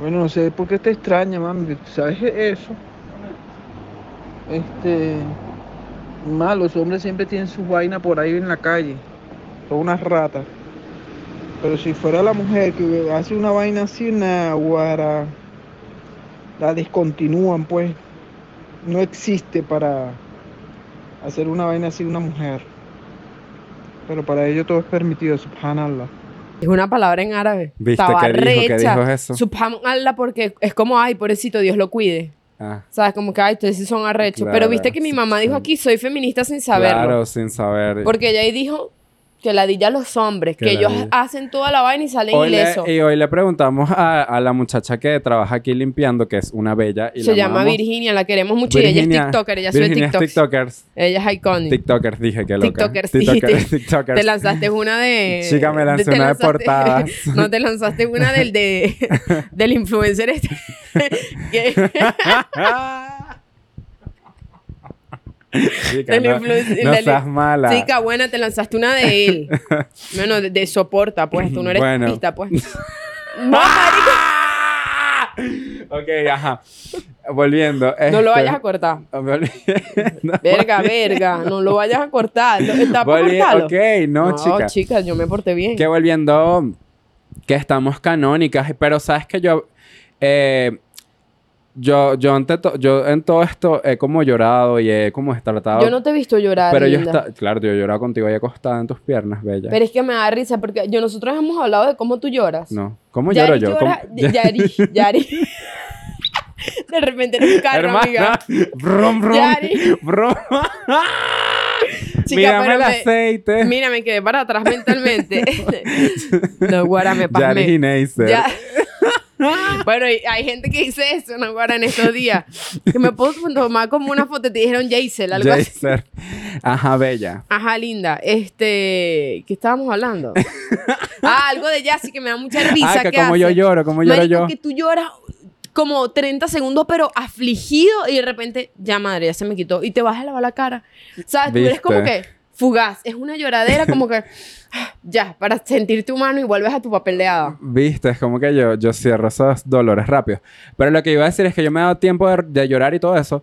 Speaker 4: Bueno, no sé por qué te extraña, mami, que tú sabes eso. Este. Malos los hombres siempre tienen sus vainas por ahí en la calle. Son unas ratas. Pero si fuera la mujer que hace una vaina así, una guara. La descontinúan, pues. No existe para hacer una vaina así una mujer. Pero para ello todo es permitido, subhanallah.
Speaker 3: Es una palabra en árabe.
Speaker 2: ¿Viste qué dijo? ¿Qué dijo eso?
Speaker 3: Subhanallah, porque es como, ay, pobrecito, Dios lo cuide.
Speaker 2: Ah,
Speaker 3: ¿Sabes? Como que, ay, ustedes sí son arrechos. Pero
Speaker 2: Claro,
Speaker 3: viste que mi
Speaker 2: sí,
Speaker 3: mamá dijo
Speaker 2: sí.
Speaker 3: aquí, soy feminista sin saberlo.
Speaker 2: claro, sin saber.
Speaker 3: Porque ella ahí dijo que la a los hombres,
Speaker 2: Que
Speaker 3: que ellos
Speaker 2: ladilla.
Speaker 3: hacen toda la vaina y salen
Speaker 2: Hoy le-
Speaker 3: ilesos.
Speaker 2: y hoy le preguntamos a, a la muchacha que trabaja aquí limpiando, que es una bella. Y
Speaker 3: Se
Speaker 2: la
Speaker 3: llama
Speaker 2: amamos.
Speaker 3: Virginia, la queremos mucho y ella
Speaker 2: Virginia-
Speaker 3: es TikToker, ella sube
Speaker 2: Virginia es
Speaker 3: TikTok.
Speaker 2: TikTokers.
Speaker 3: Ella es iconic.
Speaker 2: TikTokers, dije que loca.
Speaker 3: Tiktoker, sí,
Speaker 2: TikTokers,
Speaker 3: te-
Speaker 2: TikTokers.
Speaker 3: Te lanzaste una de.
Speaker 2: Chica, me lancé
Speaker 3: te
Speaker 2: una de
Speaker 3: lanzaste-
Speaker 2: portadas.
Speaker 3: no, te lanzaste una del de del influencer este. que-
Speaker 2: Chica,
Speaker 3: del
Speaker 2: no,
Speaker 3: influen-
Speaker 2: no
Speaker 3: del-
Speaker 2: seas mala.
Speaker 3: Chica, buena, te lanzaste una de él. Bueno, de, de soporta, pues. Tú no eres
Speaker 2: Bueno.
Speaker 3: pista, pues. No, marico,
Speaker 2: ¡Ah! Ok, ajá. Volviendo.
Speaker 3: no
Speaker 2: este,
Speaker 3: lo vayas a cortar.
Speaker 2: volviendo-
Speaker 3: Verga, verga, no lo vayas a cortar. No, Está por
Speaker 2: volvi-
Speaker 3: cortarlo.
Speaker 2: Ok, no, chica.
Speaker 3: yo me porté bien.
Speaker 2: Que volviendo, que estamos canónicas, pero sabes que yo, eh, yo, yo, ante to- yo en todo esto he como llorado y he como tratado.
Speaker 3: Yo no te he visto llorar.
Speaker 2: pero yo
Speaker 3: linda.
Speaker 2: está, claro, yo he llorado contigo ahí acostada en tus piernas, bella.
Speaker 3: Pero es que me da risa porque yo, nosotros hemos hablado de cómo tú lloras.
Speaker 2: no, ¿cómo
Speaker 3: Yari
Speaker 2: lloro yo?
Speaker 3: llora-
Speaker 2: ¿Cómo-
Speaker 3: y- Yari, Yari. De repente en un carro,
Speaker 2: Hermana,
Speaker 3: amiga.
Speaker 2: brum, brum,
Speaker 3: Yari.
Speaker 2: brum.
Speaker 3: Chica,
Speaker 2: Mírame
Speaker 3: pero
Speaker 2: el
Speaker 3: me-
Speaker 2: aceite.
Speaker 3: Mira, me quedé para atrás mentalmente. no, guara, me
Speaker 2: Yari
Speaker 3: pasmé.
Speaker 2: Gineiser.
Speaker 3: Ya. bueno, y hay gente que dice eso, no guara, en estos días. Que me puedo tomar como una foto y te dijeron Jaisel, algo así.
Speaker 2: Jaser. Ajá, bella.
Speaker 3: Ajá, linda. Este, ¿qué estábamos hablando? ah, algo de Jassy que me da mucha risa.
Speaker 2: Ah, que
Speaker 3: ¿qué
Speaker 2: como yo
Speaker 3: hace?
Speaker 2: lloro, como lloro
Speaker 3: Marico,
Speaker 2: yo.
Speaker 3: que tú lloras como 30 segundos, pero afligido, y de repente, ya madre, ya se me quitó. Y te vas a lavar la cara. ¿Sabes? Tú eres
Speaker 2: Viste.
Speaker 3: como que fugaz. Es una lloradera como que, ah, ya, para sentirte humano y vuelves a tu papel de hada.
Speaker 2: Viste, es como que yo, yo cierro esos dolores rápido. Pero lo que iba a decir es que yo me he dado tiempo de, de llorar y todo eso,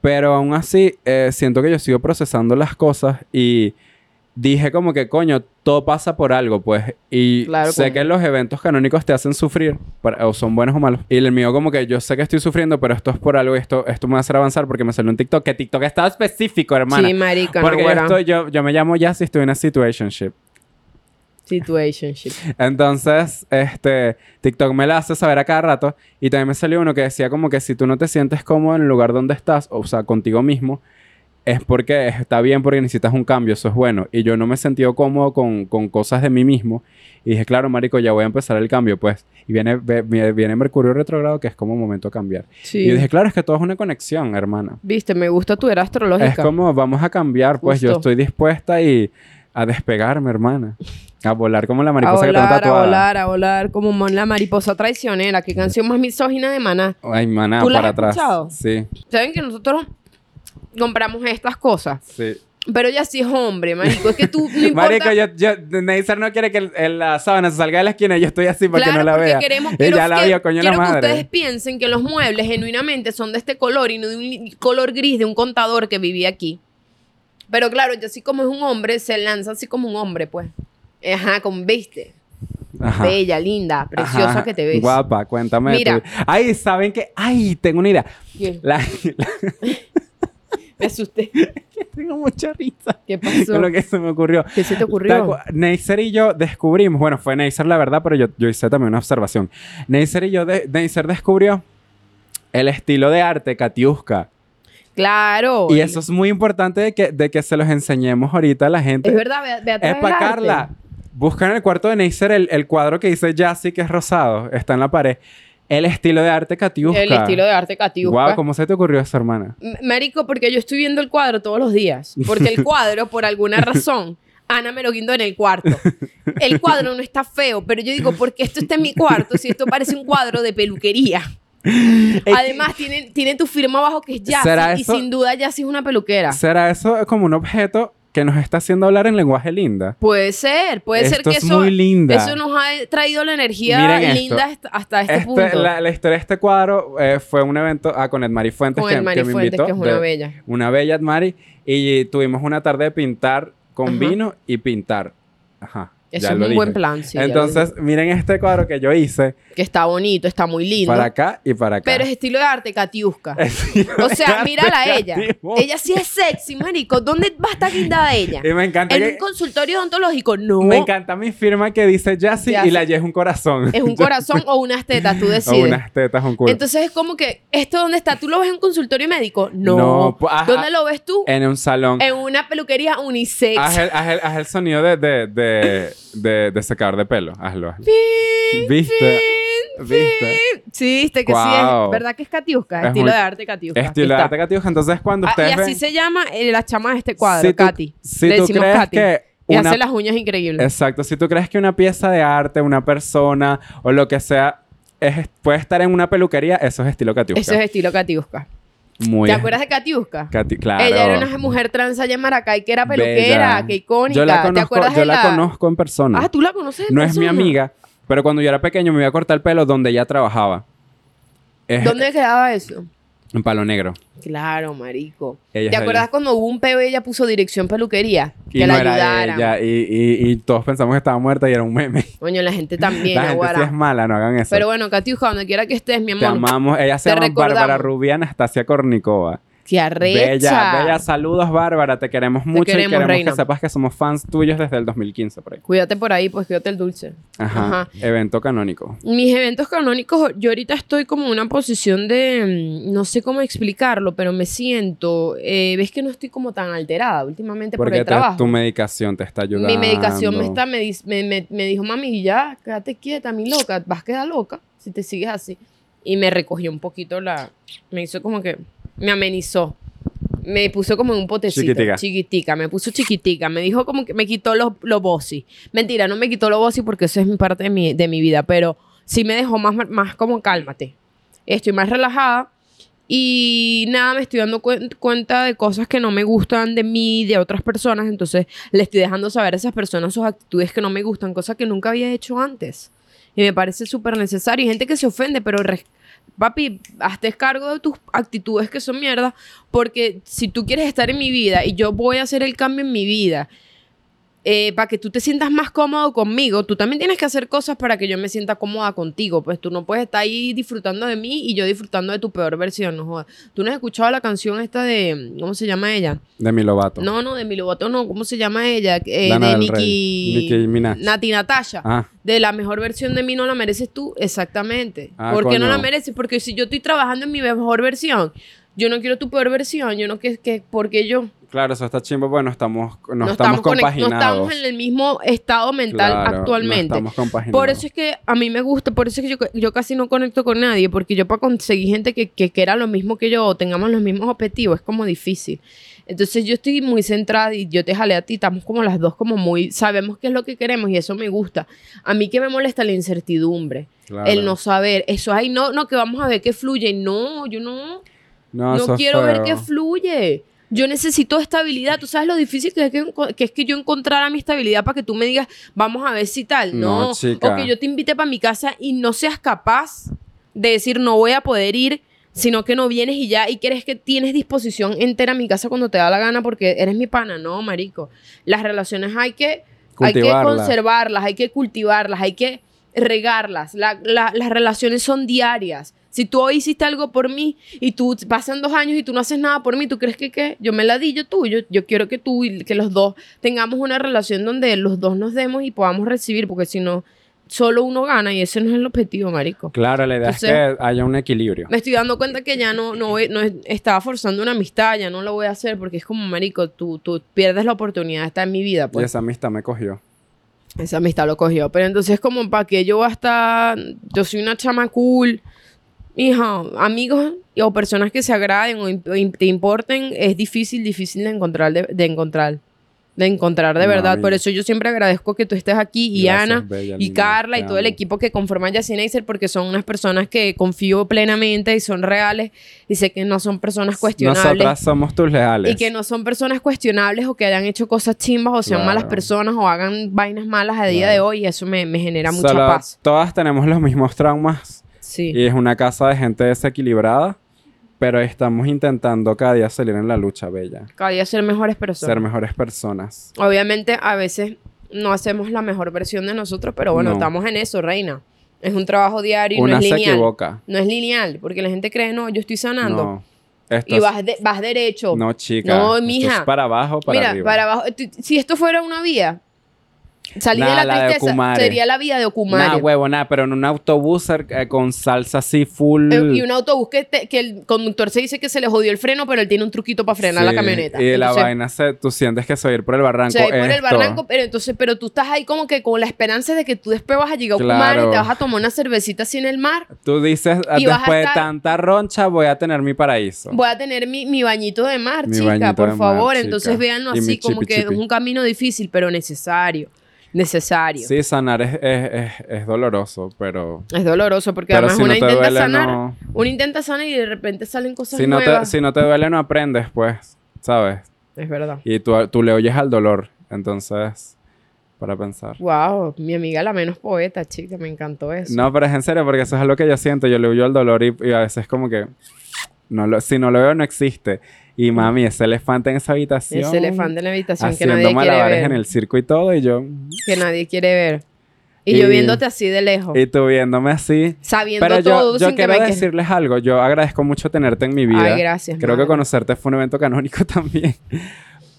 Speaker 2: pero aún así eh, siento que yo sigo procesando las cosas y dije como que, coño, todo pasa por algo, pues. Y
Speaker 3: Claro,
Speaker 2: sé
Speaker 3: coño.
Speaker 2: que los eventos canónicos te hacen sufrir, para- o son buenos o malos. Y el mío como que yo sé que estoy sufriendo, pero esto es por algo y esto, esto me va a hacer avanzar porque me salió un TikTok, que TikTok estaba específico, hermana.
Speaker 3: Sí, marica,
Speaker 2: porque yo,
Speaker 3: no,
Speaker 2: estoy- yo, yo me llamo ya si estoy en una situationship.
Speaker 3: Situationship.
Speaker 2: Entonces, este, TikTok me la hace saber a cada rato. Y también me salió uno que decía como que si tú no te sientes cómodo en el lugar donde estás, o sea, contigo mismo, es porque está bien, porque necesitas un cambio, eso es bueno. Y yo no me he sentido cómodo con, con cosas de mí mismo. Y dije, claro, marico, ya voy a empezar el cambio, pues. Y viene, ve- viene viene Mercurio retrógrado, que es como momento a cambiar.
Speaker 3: Sí.
Speaker 2: Y yo dije, claro, es que todo es una conexión, hermana.
Speaker 3: Viste, me gusta tu era astrológica.
Speaker 2: Es como, vamos a cambiar, pues yo
Speaker 3: Justo.
Speaker 2: estoy dispuesta y a despegarme, hermana. A volar como la
Speaker 3: a
Speaker 2: mariposa que está
Speaker 3: volar, a
Speaker 2: tatuada.
Speaker 3: volar, a volar, como mon- la mariposa traicionera. Qué canción más misógina de Maná.
Speaker 2: Ay, maná,
Speaker 3: ¿Tú las
Speaker 2: para
Speaker 3: has
Speaker 2: atrás.
Speaker 3: escuchado?
Speaker 2: Sí,
Speaker 3: ¿Saben que nosotros compramos estas cosas?
Speaker 2: sí.
Speaker 3: Pero ella sí es hombre, marico. Es que tú no importa.
Speaker 2: Marico, yo, yo, Neisser no quiere que el- el- la sábana se salga de la esquina y yo estoy así para que
Speaker 3: claro,
Speaker 2: no la
Speaker 3: porque
Speaker 2: vea.
Speaker 3: queremos
Speaker 2: Ella
Speaker 3: quiero
Speaker 2: la
Speaker 3: que,
Speaker 2: vio, coño la
Speaker 3: quiero que
Speaker 2: madre.
Speaker 3: ustedes piensen que los muebles genuinamente son de este color y no de un li- color gris de un contador que vivía aquí. Pero claro, yo sí como es un hombre, se lanza así como un hombre, pues. Ajá, con viste.
Speaker 2: Ajá.
Speaker 3: Bella, linda, preciosa
Speaker 2: Ajá.
Speaker 3: que te ves.
Speaker 2: Guapa, cuéntame. de
Speaker 3: Mira.
Speaker 2: tu- Ay, ¿saben qué? Ay, tengo una idea.
Speaker 3: ¿Qué?
Speaker 2: La- la-
Speaker 3: Me asusté.
Speaker 2: tengo mucha risa
Speaker 3: ¿Qué pasó?
Speaker 2: con lo que se me ocurrió.
Speaker 3: ¿Qué se te
Speaker 2: Tal
Speaker 3: ocurrió?
Speaker 2: cual. Neisser y yo descubrimos, bueno, fue Neisser la verdad, pero yo, yo hice también una observación. Neisser y yo, de, Neisser descubrió el estilo de arte Katiuska.
Speaker 3: Claro.
Speaker 2: Y eso es muy importante de que, de que se los enseñemos ahorita a la gente.
Speaker 3: es verdad, ve, ve atrás
Speaker 2: Es
Speaker 3: del
Speaker 2: para
Speaker 3: arte.
Speaker 2: Carla. Busca en el cuarto de Neisser el, el cuadro que dice Jassy, que es rosado. Está en la pared. El estilo de arte Katiuska.
Speaker 3: El estilo de arte catiusca.
Speaker 2: Guau, ¿cómo se te ocurrió eso, hermana?
Speaker 3: M- Marico, porque yo estoy viendo el cuadro todos los días. Porque el cuadro, por alguna razón, Ana me lo guindó en el cuarto. El cuadro no está feo, pero yo digo, ¿por qué esto está en mi cuarto si esto parece un cuadro de peluquería? Además, tiene, tiene tu firma abajo que es
Speaker 2: ¿Será
Speaker 3: Jassy y
Speaker 2: eso?
Speaker 3: sin duda Jassy es una peluquera.
Speaker 2: ¿Será eso como un objeto que nos está haciendo hablar en lenguaje linda?
Speaker 3: Puede ser, puede ser
Speaker 2: Esto
Speaker 3: que
Speaker 2: es
Speaker 3: eso,
Speaker 2: muy linda.
Speaker 3: eso nos ha traído la energía
Speaker 2: Miren esto.
Speaker 3: linda hasta- hasta este,
Speaker 2: Este-
Speaker 3: punto.
Speaker 2: la, la historia de este cuadro eh, fue un evento ah, con Edmari Fuentes,
Speaker 3: con
Speaker 2: que,
Speaker 3: el Mari
Speaker 2: que me
Speaker 3: Fuentes,
Speaker 2: invitó.
Speaker 3: que es una
Speaker 2: de-
Speaker 3: bella.
Speaker 2: una bella Edmari. Y tuvimos una tarde de pintar con
Speaker 3: Ajá.
Speaker 2: vino y pintar. Ajá.
Speaker 3: Eso
Speaker 2: ya
Speaker 3: es un
Speaker 2: lo dije.
Speaker 3: buen plan, sí. ya lo
Speaker 2: Entonces, miren este cuadro que yo hice
Speaker 3: dije. Que está bonito, está muy lindo.
Speaker 2: para acá y para acá.
Speaker 3: Pero es estilo de arte, Katiuska. O
Speaker 2: o
Speaker 3: sea, mírala a ella. Ella sí es sexy, marico. ¿Dónde va a estar guindada ella?
Speaker 2: Y me encanta
Speaker 3: En
Speaker 2: que-
Speaker 3: un consultorio odontológico. No.
Speaker 2: me encanta mi firma que dice Jassy
Speaker 3: Jassy.
Speaker 2: y la Y es un corazón.
Speaker 3: Es un corazón o unas tetas, tú
Speaker 2: o
Speaker 3: decides.
Speaker 2: unas tetas, un culo.
Speaker 3: Entonces es como que, ¿esto dónde está? ¿Tú lo ves en un consultorio médico? No.
Speaker 2: No, pues, ajá.
Speaker 3: ¿Dónde lo ves tú? En,
Speaker 2: en un salón.
Speaker 3: una peluquería unisex.
Speaker 2: Haz el, haz el- haz el sonido de, de, de, de, de secar de pelo. Hazlo. hazlo. ¿Viste? ¿Viste?
Speaker 3: Sí, viste que sí es.
Speaker 2: Guau.
Speaker 3: ¿Verdad que es Katiuska?
Speaker 2: Es
Speaker 3: estilo
Speaker 2: muy-
Speaker 3: de arte Katiuska.
Speaker 2: Estilo de arte catiuja. Entonces, cuando
Speaker 3: Ah, y
Speaker 2: ustedes
Speaker 3: así
Speaker 2: ven...
Speaker 3: se llama eh, la chama de este cuadro,
Speaker 2: si tú-
Speaker 3: Katy.
Speaker 2: si
Speaker 3: Le
Speaker 2: tú
Speaker 3: decimos
Speaker 2: crees
Speaker 3: Katy.
Speaker 2: que
Speaker 3: Y
Speaker 2: una-
Speaker 3: hace las uñas increíbles.
Speaker 2: Exacto. Si tú crees que una pieza de arte, una persona o lo que sea es- puede estar en una peluquería, eso es estilo Katiuska.
Speaker 3: Eso es estilo Katiuska.
Speaker 2: Muy
Speaker 3: ¿Te acuerdas de Katiuska?
Speaker 2: Kati- claro.
Speaker 3: Ella era una mujer trans allá en Maracay que era peluquera,
Speaker 2: Bella.
Speaker 3: que icónica.
Speaker 2: Yo la conozco,
Speaker 3: ¿Te acuerdas
Speaker 2: yo
Speaker 3: de
Speaker 2: la conozco en persona.
Speaker 3: Ah, tú la conoces. en
Speaker 2: no es mi
Speaker 3: persona?
Speaker 2: amiga, Pero cuando yo era pequeño me iba a cortar el pelo donde ella trabajaba. Es-
Speaker 3: ¿Dónde quedaba eso?
Speaker 2: En Palo Negro.
Speaker 3: Claro, marico.
Speaker 2: Ella
Speaker 3: ¿Te
Speaker 2: es
Speaker 3: acuerdas
Speaker 2: ella.
Speaker 3: cuando hubo un peo y ella puso dirección peluquería? Que
Speaker 2: y
Speaker 3: la
Speaker 2: no era
Speaker 3: ayudaran.
Speaker 2: ella, Y, y- y todos pensamos que estaba muerta y era un meme.
Speaker 3: Coño, la gente también,
Speaker 2: La gente sí
Speaker 3: aguara.
Speaker 2: es mala, no hagan eso.
Speaker 3: Pero bueno, Katiuska, donde quiera que estés, mi amor.
Speaker 2: Te amamos. Ella se
Speaker 3: Te
Speaker 2: llama Bárbara
Speaker 3: recordamos.
Speaker 2: Rubia Anastasia Kornikova.
Speaker 3: Qué arrecha.
Speaker 2: Bella, bella, saludos Bárbara, te queremos mucho y
Speaker 3: queremos,
Speaker 2: queremos
Speaker 3: reina.
Speaker 2: que sepas que somos fans tuyos desde el 2015 por ahí.
Speaker 3: Cuídate por ahí, pues cuídate el dulce.
Speaker 2: Ajá.
Speaker 3: Ajá. Este
Speaker 2: Evento canónico.
Speaker 3: Mis eventos canónicos, yo ahorita estoy como en una posición de, mm, no sé cómo explicarlo, pero me siento, eh, ves que no estoy como tan alterada últimamente por
Speaker 2: Porque
Speaker 3: el
Speaker 2: te-
Speaker 3: trabajo.
Speaker 2: tu medicación te está ayudando.
Speaker 3: Mi medicación me, está, me, dis- me, me- me dijo, mami, ya, quédate quieta, mi loca, vas a quedar loca si te sigues así. Y me recogió un poquito la, me hizo como que, me amenizó. Me puso como en un potecito.
Speaker 2: Chiquitica.
Speaker 3: Chiquitica, me puso chiquitica. Me dijo como que me quitó los, los bosis. Mentira, no me quitó los bosis porque eso es mi parte de mi, de mi vida, pero sí me dejó más, más como cálmate. Estoy más relajada. Y nada, me estoy dando cuen- cuenta de cosas que no me gustan de mí, de otras personas. Entonces, le estoy dejando saber a esas personas sus actitudes que no me gustan, cosas que nunca había hecho antes. Y me parece súper necesario. Y gente que se ofende, pero res- papi, hazte cargo de tus actitudes que son mierda. Porque si tú quieres estar en mi vida y yo voy a hacer el cambio en mi vida, eh, para que tú te sientas más cómodo conmigo, tú también tienes que hacer cosas para que yo me sienta cómoda contigo. Pues tú no puedes estar ahí disfrutando de mí y yo disfrutando de tu peor versión, no jodas. Tú no has escuchado la canción esta de, ¿cómo se llama ella?
Speaker 2: De mi lobato.
Speaker 3: No, no, de Milo Boto, no, ¿cómo se llama ella? Eh,
Speaker 2: Lana
Speaker 3: de
Speaker 2: del
Speaker 3: Nicki...
Speaker 2: Rey. Nicki Minaj.
Speaker 3: Nati Natasha.
Speaker 2: Ah,
Speaker 3: De la mejor versión de mí no la mereces tú, exactamente.
Speaker 2: Ah,
Speaker 3: ¿Por qué no
Speaker 2: coño.
Speaker 3: la mereces? Porque si yo estoy trabajando en mi mejor versión, yo no quiero tu peor versión, yo no que, que porque yo
Speaker 2: claro, eso está chimbo porque no estamos, no
Speaker 3: no
Speaker 2: estamos,
Speaker 3: conect- no
Speaker 2: compaginados.
Speaker 3: estamos en el mismo estado mental
Speaker 2: Claro, no
Speaker 3: actualmente.
Speaker 2: estamos compaginados.
Speaker 3: Por eso es que a mí me gusta, por eso es que yo, yo casi no conecto con nadie, porque yo para conseguir gente que, que quiera lo mismo que yo o tengamos los mismos objetivos es como difícil. Entonces yo estoy muy centrada y yo te jalé a ti, estamos como las dos como muy, sabemos qué es lo que queremos y eso me gusta. A mí que me molesta la incertidumbre,
Speaker 2: Claro.
Speaker 3: el no saber, eso ay no, no, que vamos a ver qué fluye, no, yo no,
Speaker 2: No, eso
Speaker 3: no
Speaker 2: es
Speaker 3: quiero ver
Speaker 2: feo.
Speaker 3: que fluye. Yo necesito estabilidad. Tú sabes lo difícil que es que, enco- que es que yo encontrara mi estabilidad para que tú me digas, vamos a ver si tal.
Speaker 2: No,
Speaker 3: No,
Speaker 2: chica.
Speaker 3: o que yo te invite para mi casa y no seas capaz de decir, no voy a poder ir, sino que no vienes y ya, y crees que tienes disposición entera a mi casa cuando te da la gana porque eres mi pana. No, marico. Las relaciones hay que, hay que
Speaker 2: Cultivarlas.
Speaker 3: conservarlas, hay que cultivarlas, hay que regarlas. La- la- las relaciones son diarias. Si tú hoy hiciste algo por mí y tú pasan dos años y tú no haces nada por mí, ¿tú crees que qué? Yo me la di, yo tú, yo, yo quiero que tú y que los dos tengamos una relación donde los dos nos demos y podamos recibir, porque si no, solo uno gana y ese no es el objetivo, marico.
Speaker 2: Claro, la idea es
Speaker 3: Entonces-
Speaker 2: que haya un equilibrio.
Speaker 3: Me estoy dando cuenta que ya no, no, voy- no es- estaba forzando una amistad, ya no lo voy a hacer porque es como, marico, tú, tú pierdes la oportunidad de estar en mi vida,
Speaker 2: Y
Speaker 3: pues.
Speaker 2: esa amistad me cogió.
Speaker 3: Esa amistad lo cogió. Pero entonces, como, ¿para que yo voy a estar? Yo soy una chama cool. Hija, amigos y- o personas que se agraden o, im- o im- te importen, es difícil, difícil de encontrar, de, de encontrar. De encontrar de
Speaker 2: No,
Speaker 3: verdad.
Speaker 2: amiga.
Speaker 3: Por eso yo siempre agradezco que tú estés aquí y
Speaker 2: Gracias,
Speaker 3: Ana
Speaker 2: bella,
Speaker 3: y
Speaker 2: linda,
Speaker 3: Carla
Speaker 2: te
Speaker 3: y todo el
Speaker 2: amo.
Speaker 3: equipo que conforman Yacineiser porque son unas personas que confío plenamente y son reales y sé que no son personas cuestionables.
Speaker 2: Nosotras somos tus leales.
Speaker 3: Y que no son personas cuestionables o que hayan hecho cosas chimbas o sean
Speaker 2: Claro.
Speaker 3: malas personas o hagan vainas malas a día
Speaker 2: Claro.
Speaker 3: de hoy y eso me, me genera mucha
Speaker 2: Solo
Speaker 3: paz.
Speaker 2: Todas tenemos los mismos traumas
Speaker 3: Sí.
Speaker 2: y es una casa de gente desequilibrada, pero estamos intentando cada día salir en la lucha, Bella.
Speaker 3: Cada día ser mejores personas.
Speaker 2: Ser mejores personas.
Speaker 3: Obviamente a veces no hacemos la mejor versión de nosotros, pero bueno,
Speaker 2: No.
Speaker 3: estamos en eso, reina. Es un trabajo diario y
Speaker 2: Una
Speaker 3: no es
Speaker 2: se
Speaker 3: lineal.
Speaker 2: equivoca.
Speaker 3: No es lineal, porque la gente cree, no, yo estoy sanando.
Speaker 2: No. Esto
Speaker 3: Y
Speaker 2: es-
Speaker 3: vas, de- vas derecho.
Speaker 2: No, chica.
Speaker 3: No,
Speaker 2: Esto
Speaker 3: mija.
Speaker 2: es para abajo, para
Speaker 3: Mira,
Speaker 2: arriba.
Speaker 3: para abajo. Tú- Si esto fuera una vía, salir
Speaker 2: Nah,
Speaker 3: de
Speaker 2: la
Speaker 3: la
Speaker 2: de
Speaker 3: tristeza
Speaker 2: Ocumare.
Speaker 3: sería la vía de Ocumare.
Speaker 2: Nada, huevo, nada, pero en un autobús eh, con salsa así full.
Speaker 3: Eh, Y un autobús que, te- que el conductor se dice que se le jodió el freno, pero él tiene un truquito para frenar la
Speaker 2: Sí,
Speaker 3: camioneta.
Speaker 2: Y la
Speaker 3: Entonces,
Speaker 2: vaina se, tú sientes que se va a ir por el barranco.
Speaker 3: Se va por el
Speaker 2: esto.
Speaker 3: barranco, pero entonces, pero tú estás ahí como que con la esperanza de que tú después vas a llegar a un mar
Speaker 2: Claro.
Speaker 3: y te vas a tomar una cervecita así en el mar.
Speaker 2: Tú dices, ah,
Speaker 3: Y vas a
Speaker 2: después de
Speaker 3: estar-
Speaker 2: tanta roncha, voy a tener mi paraíso.
Speaker 3: Voy a tener mi, mi bañito de mar,
Speaker 2: Mi
Speaker 3: chica,
Speaker 2: bañito de
Speaker 3: por
Speaker 2: mar,
Speaker 3: favor.
Speaker 2: chica.
Speaker 3: Entonces véanlo
Speaker 2: Y mi
Speaker 3: así, como
Speaker 2: chipi,
Speaker 3: que
Speaker 2: chipi.
Speaker 3: es un camino difícil, pero necesario. Necesario.
Speaker 2: Sí, sanar es, es, es- es doloroso, pero.
Speaker 3: Es doloroso porque
Speaker 2: Pero
Speaker 3: además
Speaker 2: si
Speaker 3: uno
Speaker 2: no te
Speaker 3: intenta
Speaker 2: duele,
Speaker 3: sanar.
Speaker 2: no-
Speaker 3: Uno intenta sanar y de repente salen cosas
Speaker 2: Si no, te,
Speaker 3: nuevas.
Speaker 2: si no te duele, no aprendes, pues, ¿sabes?
Speaker 3: Es verdad.
Speaker 2: Y tú, tú le oyes al dolor. Entonces, para pensar.
Speaker 3: Wow, mi amiga la menos poeta, chica, me encantó eso.
Speaker 2: No, pero es en serio, porque eso es lo que yo siento. Yo le huyo al dolor y, y a veces como que... No lo, si no lo veo, no existe. Y mami, ese elefante en esa habitación...
Speaker 3: Ese elefante en la habitación que
Speaker 2: haciendo
Speaker 3: nadie quiere
Speaker 2: malabares
Speaker 3: ver.
Speaker 2: en el circo y todo, y yo...
Speaker 3: Que nadie quiere ver. Y, yo
Speaker 2: Y-
Speaker 3: viéndote así de lejos.
Speaker 2: Y tú viéndome así...
Speaker 3: sabiendo
Speaker 2: Pero
Speaker 3: todo
Speaker 2: yo, yo
Speaker 3: sin que
Speaker 2: quiero
Speaker 3: me queje.
Speaker 2: decirles algo. Yo agradezco mucho tenerte en mi vida.
Speaker 3: Ay, gracias.
Speaker 2: Creo
Speaker 3: madre.
Speaker 2: que conocerte fue un evento canónico también.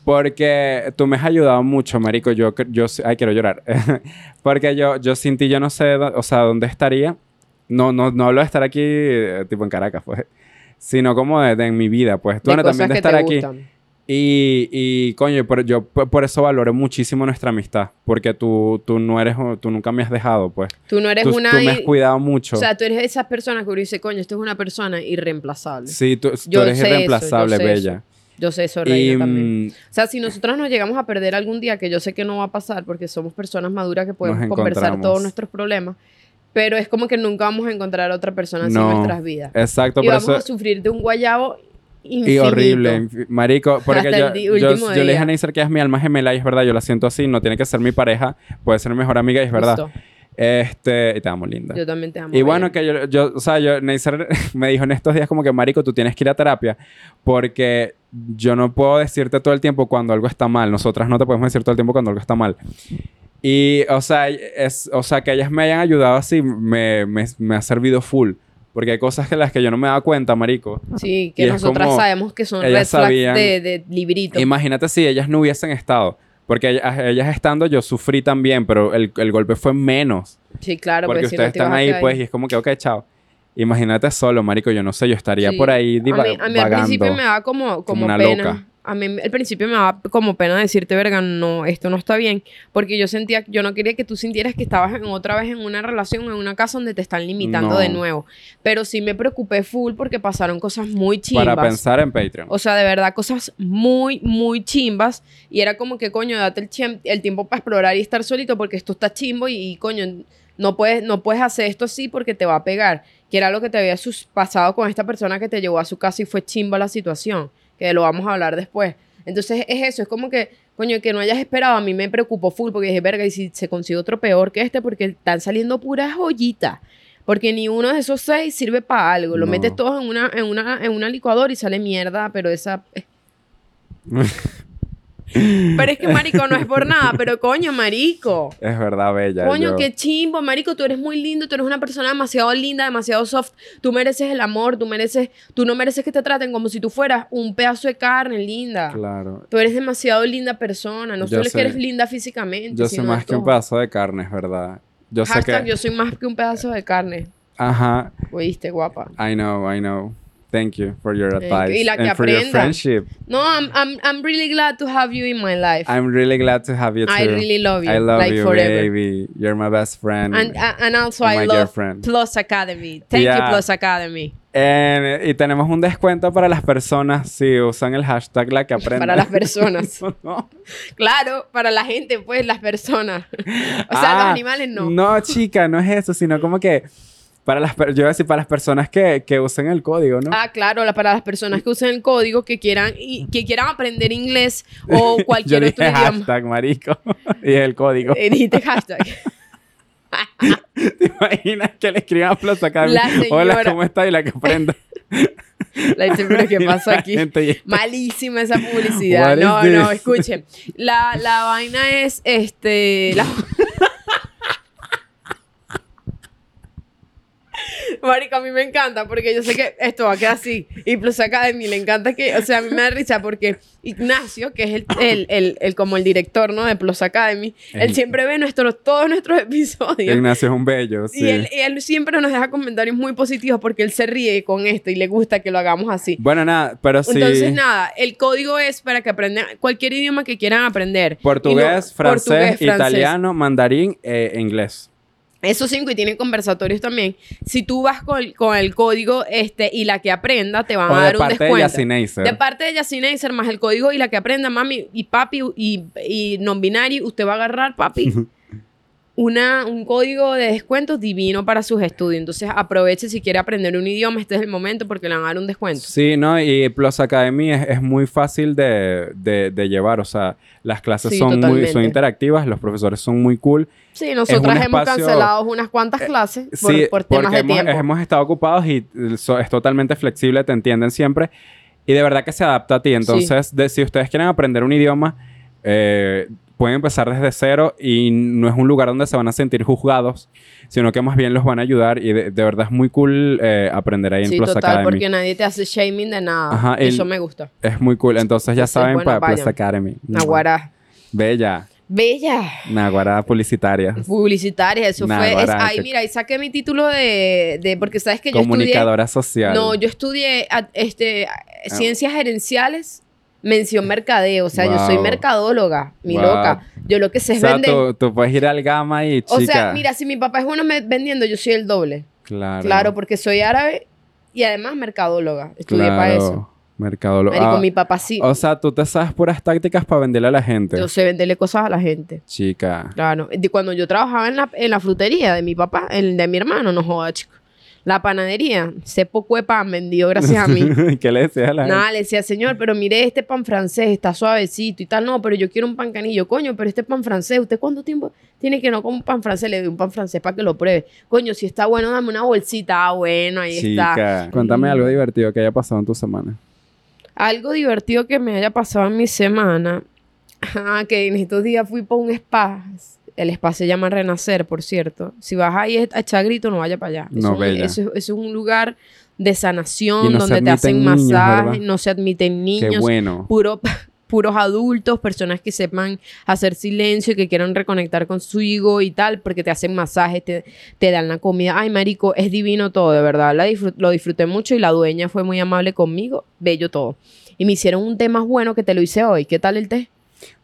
Speaker 2: Porque tú me has ayudado mucho, marico. Yo, cre- yo, sí- ay, quiero llorar. Porque yo, yo sin ti, yo no sé, dó- o sea, dónde estaría. No, no, no hablo de estar aquí, eh, tipo en Caracas, pues. Sino como de, de en mi vida, pues. Tú,
Speaker 3: De
Speaker 2: bueno,
Speaker 3: cosas
Speaker 2: también de
Speaker 3: que te
Speaker 2: estar aquí.
Speaker 3: gustan.
Speaker 2: Y, y, coño, por, yo por, por eso valoro muchísimo nuestra amistad. Porque tú, tú no eres, tú nunca me has dejado, pues.
Speaker 3: Tú no eres
Speaker 2: Tú,
Speaker 3: una...
Speaker 2: tú me has
Speaker 3: i-
Speaker 2: cuidado mucho.
Speaker 3: o sea, tú eres de esas personas que uno dice, coño, esto es una persona irreemplazable.
Speaker 2: sí, tú, tú
Speaker 3: yo
Speaker 2: eres
Speaker 3: sé eso, yo
Speaker 2: irreemplazable,
Speaker 3: sé
Speaker 2: bella.
Speaker 3: Yo sé eso,
Speaker 2: Y,
Speaker 3: Reina, también.
Speaker 2: mm,
Speaker 3: O sea, si nosotras nos llegamos a perder algún día, que yo sé que no va a pasar porque somos personas maduras que podemos
Speaker 2: Nos
Speaker 3: conversar
Speaker 2: encontramos.
Speaker 3: todos nuestros problemas, pero es como que nunca vamos a encontrar a otra persona así
Speaker 2: No.
Speaker 3: en nuestras vidas.
Speaker 2: Exacto,
Speaker 3: y
Speaker 2: por
Speaker 3: vamos
Speaker 2: eso.
Speaker 3: a sufrir de un guayabo infinito.
Speaker 2: Y horrible, infi- marico, porque
Speaker 3: Hasta el
Speaker 2: yo,
Speaker 3: di-
Speaker 2: yo,
Speaker 3: último
Speaker 2: yo le dije
Speaker 3: día.
Speaker 2: a Neisser que es mi alma gemela y es verdad, yo la siento así, no tiene que ser mi pareja, puede ser mi mejor amiga y es verdad.
Speaker 3: Justo.
Speaker 2: Este, y te amo, linda.
Speaker 3: Yo también te amo.
Speaker 2: Y bueno,
Speaker 3: Belén.
Speaker 2: que yo, yo- o sea, yo, Neisser me dijo en estos días como que, marico, tú tienes que ir a terapia porque yo no puedo decirte todo el tiempo cuando algo está mal. Nosotras no te podemos decir todo el tiempo cuando algo está mal. Y, o sea, es, o sea que ellas me hayan ayudado así me, me, me ha servido full. Porque hay cosas que las que yo no me daba cuenta, marico.
Speaker 3: Sí,
Speaker 2: y
Speaker 3: que
Speaker 2: es
Speaker 3: nosotras
Speaker 2: como
Speaker 3: sabemos que son
Speaker 2: ellas
Speaker 3: red flags
Speaker 2: sabían-
Speaker 3: de, de librito.
Speaker 2: Imagínate si ellas no hubiesen estado. Porque ellas, ellas estando, yo sufrí también, pero el, el golpe fue menos.
Speaker 3: Sí, claro.
Speaker 2: porque
Speaker 3: pues, si no
Speaker 2: ustedes
Speaker 3: te
Speaker 2: están
Speaker 3: vas a
Speaker 2: ahí,
Speaker 3: quedar
Speaker 2: pues, y es como que, ok, chao. Imagínate solo, marico, yo no sé, yo estaría
Speaker 3: Sí.
Speaker 2: por ahí
Speaker 3: A
Speaker 2: diva-
Speaker 3: mí, a mí al
Speaker 2: vagando.
Speaker 3: principio me da como, como
Speaker 2: una
Speaker 3: pena.
Speaker 2: loca.
Speaker 3: A mí al principio me daba como pena decirte, verga, no, esto no está bien. Porque yo sentía, yo no quería que tú sintieras que estabas en otra vez en una relación, en una casa donde te están limitando
Speaker 2: No.
Speaker 3: de nuevo. Pero sí me preocupé full porque pasaron cosas muy chimbas.
Speaker 2: Para pensar en Patreon.
Speaker 3: O sea, de verdad, cosas muy, muy chimbas. Y era como que, coño, date el, chiem- el tiempo para explorar y estar solito porque esto está chimbo y, y, coño, no puedes, no puedes hacer esto así porque te va a pegar. Que era lo que te había sus- pasado con esta persona que te llevó a su casa y fue chimba la situación. Que lo vamos a hablar después. Entonces es eso, es como que, coño, que no hayas esperado. A mí me preocupó full porque dije, verga, y si se consigue otro peor que este porque están saliendo puras joyitas. Porque ni uno de esos seis sirve para algo. Lo
Speaker 2: No.
Speaker 3: metes todos en una, en, una, en una licuadora y sale mierda, pero esa... eh". pero es que, marico, no es por nada, pero coño, marico.
Speaker 2: es verdad, bella.
Speaker 3: Coño,
Speaker 2: yo-
Speaker 3: qué chimbo, marico, tú eres muy lindo, tú eres una persona demasiado linda, demasiado soft, tú mereces el amor, tú mereces, tú no mereces que te traten como si tú fueras un pedazo de carne, linda.
Speaker 2: Claro.
Speaker 3: Tú eres demasiado linda persona, no
Speaker 2: Yo
Speaker 3: solo es que
Speaker 2: sé.
Speaker 3: eres linda físicamente.
Speaker 2: Yo soy
Speaker 3: sino
Speaker 2: más que un
Speaker 3: todo.
Speaker 2: pedazo de carne, es verdad. Yo sé
Speaker 3: Hashtag,
Speaker 2: que...
Speaker 3: yo soy más que un pedazo de carne.
Speaker 2: Ajá.
Speaker 3: Oíste, guapa.
Speaker 2: I know, I know. Thank you for your
Speaker 3: Thank you.
Speaker 2: advice.
Speaker 3: Y la que
Speaker 2: and for your
Speaker 3: aprenda.
Speaker 2: friendship.
Speaker 3: No, I'm, I'm, I'm really glad to have you in my life.
Speaker 2: I'm really glad to have you too.
Speaker 3: I really love you.
Speaker 2: I love
Speaker 3: like
Speaker 2: you,
Speaker 3: forever.
Speaker 2: baby. You're my best friend.
Speaker 3: And, uh, and also
Speaker 2: And
Speaker 3: I
Speaker 2: my
Speaker 3: love
Speaker 2: girlfriend.
Speaker 3: Plus Academy. Thank
Speaker 2: Yeah.
Speaker 3: you, Plus Academy.
Speaker 2: Eh, y tenemos un descuento para las personas si usan el hashtag la que aprende.
Speaker 3: Para las personas.
Speaker 2: No.
Speaker 3: Claro, para la gente, pues, las personas. o sea, los
Speaker 2: Ah,
Speaker 3: animales no.
Speaker 2: No, chica, no es eso, sino como que para las per- yo iba a decir para las personas que, que usen el código, ¿no?
Speaker 3: Ah, claro, la- para las personas que usan el código, que quieran, y, que quieran aprender inglés o cualquier
Speaker 2: yo
Speaker 3: otro
Speaker 2: dije
Speaker 3: idioma.
Speaker 2: hashtag, marico. y el código.
Speaker 3: Eh, dijiste hashtag.
Speaker 2: ¿Te imaginas que le escriban a Plus Academy?
Speaker 3: La
Speaker 2: Hola,
Speaker 3: señora-
Speaker 2: ¿cómo estás? Y la que aprenda.
Speaker 3: La gente, pero ¿qué pasó aquí?
Speaker 2: Gente y-
Speaker 3: Malísima esa publicidad.
Speaker 2: What is
Speaker 3: No, no,
Speaker 2: this?
Speaker 3: escuchen. La, la vaina es este. La... Marico, a mí me encanta porque yo sé que esto va a quedar así. Y Plus Academy le encanta que, o sea, a mí me da risa porque Ignacio, que es el, el, el- el- como el director, ¿no? De Plus Academy, él
Speaker 2: Eh.
Speaker 3: siempre ve nuestros, todos nuestros episodios.
Speaker 2: Ignacio es un bello, sí.
Speaker 3: Y él, y él siempre nos deja comentarios muy positivos porque él se ríe con esto y le gusta que lo hagamos así.
Speaker 2: Bueno, nada, pero sí.
Speaker 3: Entonces, nada, el código es para que aprendan cualquier idioma que quieran aprender.
Speaker 2: Portugués,
Speaker 3: Y
Speaker 2: francés,
Speaker 3: no- portugués, francés.
Speaker 2: italiano, mandarín e inglés.
Speaker 3: Esos cinco y tienen conversatorios también. Si tú vas con, con el código este y la que aprenda, te van
Speaker 2: O
Speaker 3: a
Speaker 2: de
Speaker 3: dar un
Speaker 2: parte de
Speaker 3: descuento.
Speaker 2: Yasin Acer.
Speaker 3: de parte de Yacine Acer, más el código y la que aprenda, mami y papi y, y non binario, usted va a agarrar, papi. una, un código de descuentos divino para sus estudios. Entonces aproveche si quiere aprender un idioma, este es el momento porque le van a dar un descuento.
Speaker 2: Sí, no, y Plus Academy es, es muy fácil de, de- de llevar. O sea, las clases
Speaker 3: Sí,
Speaker 2: son, muy, son
Speaker 3: totalmente.
Speaker 2: interactivas, los profesores son muy cool.
Speaker 3: Sí, nosotras
Speaker 2: un
Speaker 3: hemos
Speaker 2: espacio- eh,
Speaker 3: cancelado unas cuantas clases por,
Speaker 2: sí,
Speaker 3: por temas
Speaker 2: porque
Speaker 3: de
Speaker 2: hemos,
Speaker 3: tiempo.
Speaker 2: hemos estado ocupados y eh, so- es totalmente flexible, te entienden siempre. Y de verdad que se adapta a ti. Entonces, de- si ustedes quieren aprender un idioma, eh, pueden empezar desde cero y no es un lugar donde se van a sentir juzgados, sino que más bien los van a ayudar. Y de, de verdad es muy cool eh, aprender ahí en
Speaker 3: Sí,
Speaker 2: Plus
Speaker 3: total,
Speaker 2: Academy.
Speaker 3: porque nadie te hace shaming de nada.
Speaker 2: Ajá, el-
Speaker 3: Eso me gusta.
Speaker 2: Es muy cool. Entonces, ya
Speaker 3: Entonces,
Speaker 2: saben,
Speaker 3: bueno,
Speaker 2: para Plus
Speaker 3: vayan.
Speaker 2: Academy.
Speaker 3: Naguará.
Speaker 2: Bella.
Speaker 3: Bella.
Speaker 2: Naguará publicitaria.
Speaker 3: Publicitaria, eso fue. es-
Speaker 2: Naguará,
Speaker 3: ay,
Speaker 2: qué-
Speaker 3: mira, ahí saqué mi título de. de- porque sabes que yo estudié.
Speaker 2: Comunicadora social. Ah.
Speaker 3: No, yo estudié a- este, a- ciencias gerenciales, mención mercadeo. O sea, yo soy
Speaker 2: Wow.
Speaker 3: mercadóloga, mi
Speaker 2: Wow.
Speaker 3: loca. Yo lo que sé
Speaker 2: o
Speaker 3: es
Speaker 2: sea,
Speaker 3: vender.
Speaker 2: tú, tú puedes ir al gama y chica.
Speaker 3: O sea, mira, si mi papá es bueno me- vendiendo, yo soy el doble.
Speaker 2: Claro.
Speaker 3: Claro, porque soy árabe y además mercadóloga. Estudié para eso.
Speaker 2: Mercadólogo.
Speaker 3: Marico,
Speaker 2: Ah,
Speaker 3: mi papá sí.
Speaker 2: O sea, tú te sabes puras tácticas para venderle a la gente.
Speaker 3: Yo sé venderle cosas a la gente.
Speaker 2: Chica.
Speaker 3: Claro. De cuando yo trabajaba en la, en la frutería de mi papá, el de mi hermano, no joda, chico. La panadería, ese poco de pan vendido gracias a mí.
Speaker 2: ¿Qué le decías a la
Speaker 3: Nada, le decía, señor, pero mire este pan francés, está suavecito y tal. No, pero yo quiero un pan canillo. Coño, pero este pan francés, ¿usted cuánto tiempo tiene que no comer un pan francés? Le doy un pan francés para que lo pruebe. Coño, si está bueno, dame una bolsita. Ah, bueno, ahí
Speaker 2: gente?
Speaker 3: está.
Speaker 2: Chica. Cuéntame algo divertido que haya pasado en tu semana.
Speaker 3: Algo divertido que me haya pasado en mi semana. Ah, que en estos días fui para un spa. El spa se llama Renacer, por cierto. Si vas ahí a echar grito, no vaya para allá.
Speaker 2: No,
Speaker 3: eso, es un-
Speaker 2: bella.
Speaker 3: eso es- eso es un lugar de sanación
Speaker 2: Y no se
Speaker 3: donde te hacen
Speaker 2: admiten niños,
Speaker 3: masaje,
Speaker 2: ¿verdad?
Speaker 3: no se admiten
Speaker 2: Qué
Speaker 3: niños,
Speaker 2: bueno.
Speaker 3: puro- puros adultos, personas que sepan hacer silencio y que quieran reconectar con su higo y tal, porque te hacen masajes, te, te dan la comida. Ay, marico, es divino todo, de verdad. La disfrut- lo disfruté mucho y la dueña fue muy amable conmigo. Bello todo. Y me hicieron un té más bueno que te lo hice hoy. ¿Qué tal el té?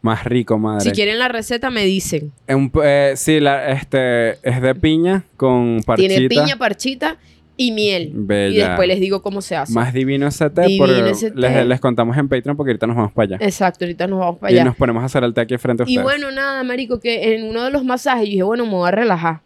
Speaker 2: Más rico, madre.
Speaker 3: Si quieren la receta, me dicen.
Speaker 2: Un- eh, sí, la- este, es de piña con parchita.
Speaker 3: Tiene piña, parchita y miel. Y
Speaker 2: Bella.
Speaker 3: después les digo cómo se hace.
Speaker 2: Más divino ese té.
Speaker 3: Divino
Speaker 2: por-
Speaker 3: ese té.
Speaker 2: Les, les contamos en Patreon porque ahorita nos vamos para allá.
Speaker 3: Exacto, ahorita nos vamos para
Speaker 2: y
Speaker 3: allá.
Speaker 2: nos ponemos a hacer el té aquí frente a
Speaker 3: Y
Speaker 2: ustedes.
Speaker 3: bueno, nada, marico, que en uno de los masajes yo dije, bueno, me voy a relajar.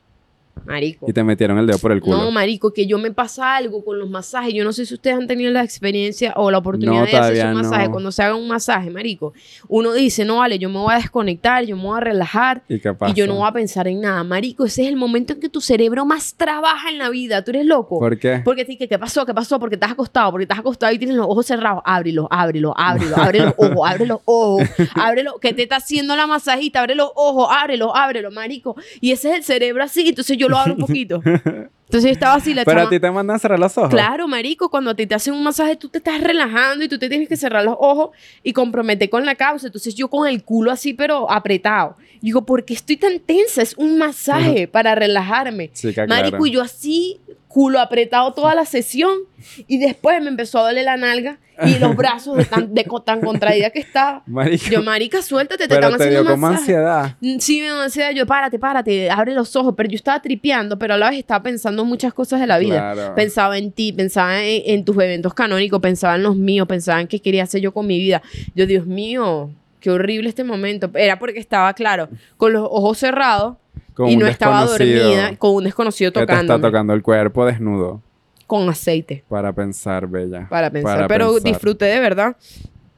Speaker 3: Marico.
Speaker 2: Y te metieron el dedo por el culo.
Speaker 3: No, marico, que yo me pasa algo con los masajes. Yo no sé si ustedes han tenido la experiencia o la oportunidad
Speaker 2: No,
Speaker 3: de hacerse
Speaker 2: todavía
Speaker 3: un masaje.
Speaker 2: no.
Speaker 3: Cuando se haga un masaje, marico, uno dice, no vale, yo me voy a desconectar, yo me voy a relajar
Speaker 2: ¿Y qué pasa?
Speaker 3: y yo no voy a pensar en nada. Marico, ese es el momento en que tu cerebro más trabaja en la vida. Tú eres loco.
Speaker 2: ¿Por qué?
Speaker 3: Porque te dije, ¿qué pasó? ¿Qué pasó? Porque estás acostado, porque estás acostado y tienes los ojos cerrados. Ábrelos, ábrelos, ábrelos, abre los ojos, abre los ojos, ábrelo, que te está haciendo la masajita, abre los ojos, ábrelos, ábrelos, marico. Y ese es el cerebro así, entonces yo lo abro un poquito. Entonces yo estaba así, la
Speaker 2: Pero a
Speaker 3: chama-
Speaker 2: ti te mandan a cerrar los ojos.
Speaker 3: Claro, marico, cuando a ti te hacen un masaje, tú te estás relajando y tú te tienes que cerrar los ojos y comprometer con la causa. Entonces yo con el culo así, pero apretado. Digo, ¿por qué estoy tan tensa? Es un masaje para relajarme.
Speaker 2: Chica, claro.
Speaker 3: Marico, y yo así, culo apretado toda la sesión. Y después me empezó a doler la nalga y los brazos de tan, de co- tan contraída que estaba.
Speaker 2: Marico,
Speaker 3: Yo, marica, suéltate, te
Speaker 2: pero
Speaker 3: están
Speaker 2: te dio
Speaker 3: haciendo
Speaker 2: como
Speaker 3: masaje.
Speaker 2: ansiedad.
Speaker 3: Mm, Sí, me dio ansiedad. Yo, párate, párate, abre los ojos. Pero yo estaba tripeando, pero a la vez estaba pensando en muchas cosas de la vida.
Speaker 2: Claro.
Speaker 3: Pensaba en ti, pensaba en, en tus eventos canónicos, pensaba en los míos, pensaba en qué quería hacer yo con mi vida. Yo, Dios mío, qué horrible este momento. Era porque estaba, claro, con los ojos cerrados
Speaker 2: Con
Speaker 3: y
Speaker 2: un
Speaker 3: no estaba
Speaker 2: desconocido
Speaker 3: dormida con un desconocido
Speaker 2: Que te está
Speaker 3: tocando
Speaker 2: tocando el cuerpo desnudo.
Speaker 3: con aceite
Speaker 2: Para pensar, bella.
Speaker 3: para pensar. Pero
Speaker 2: pensar.
Speaker 3: disfruté de verdad.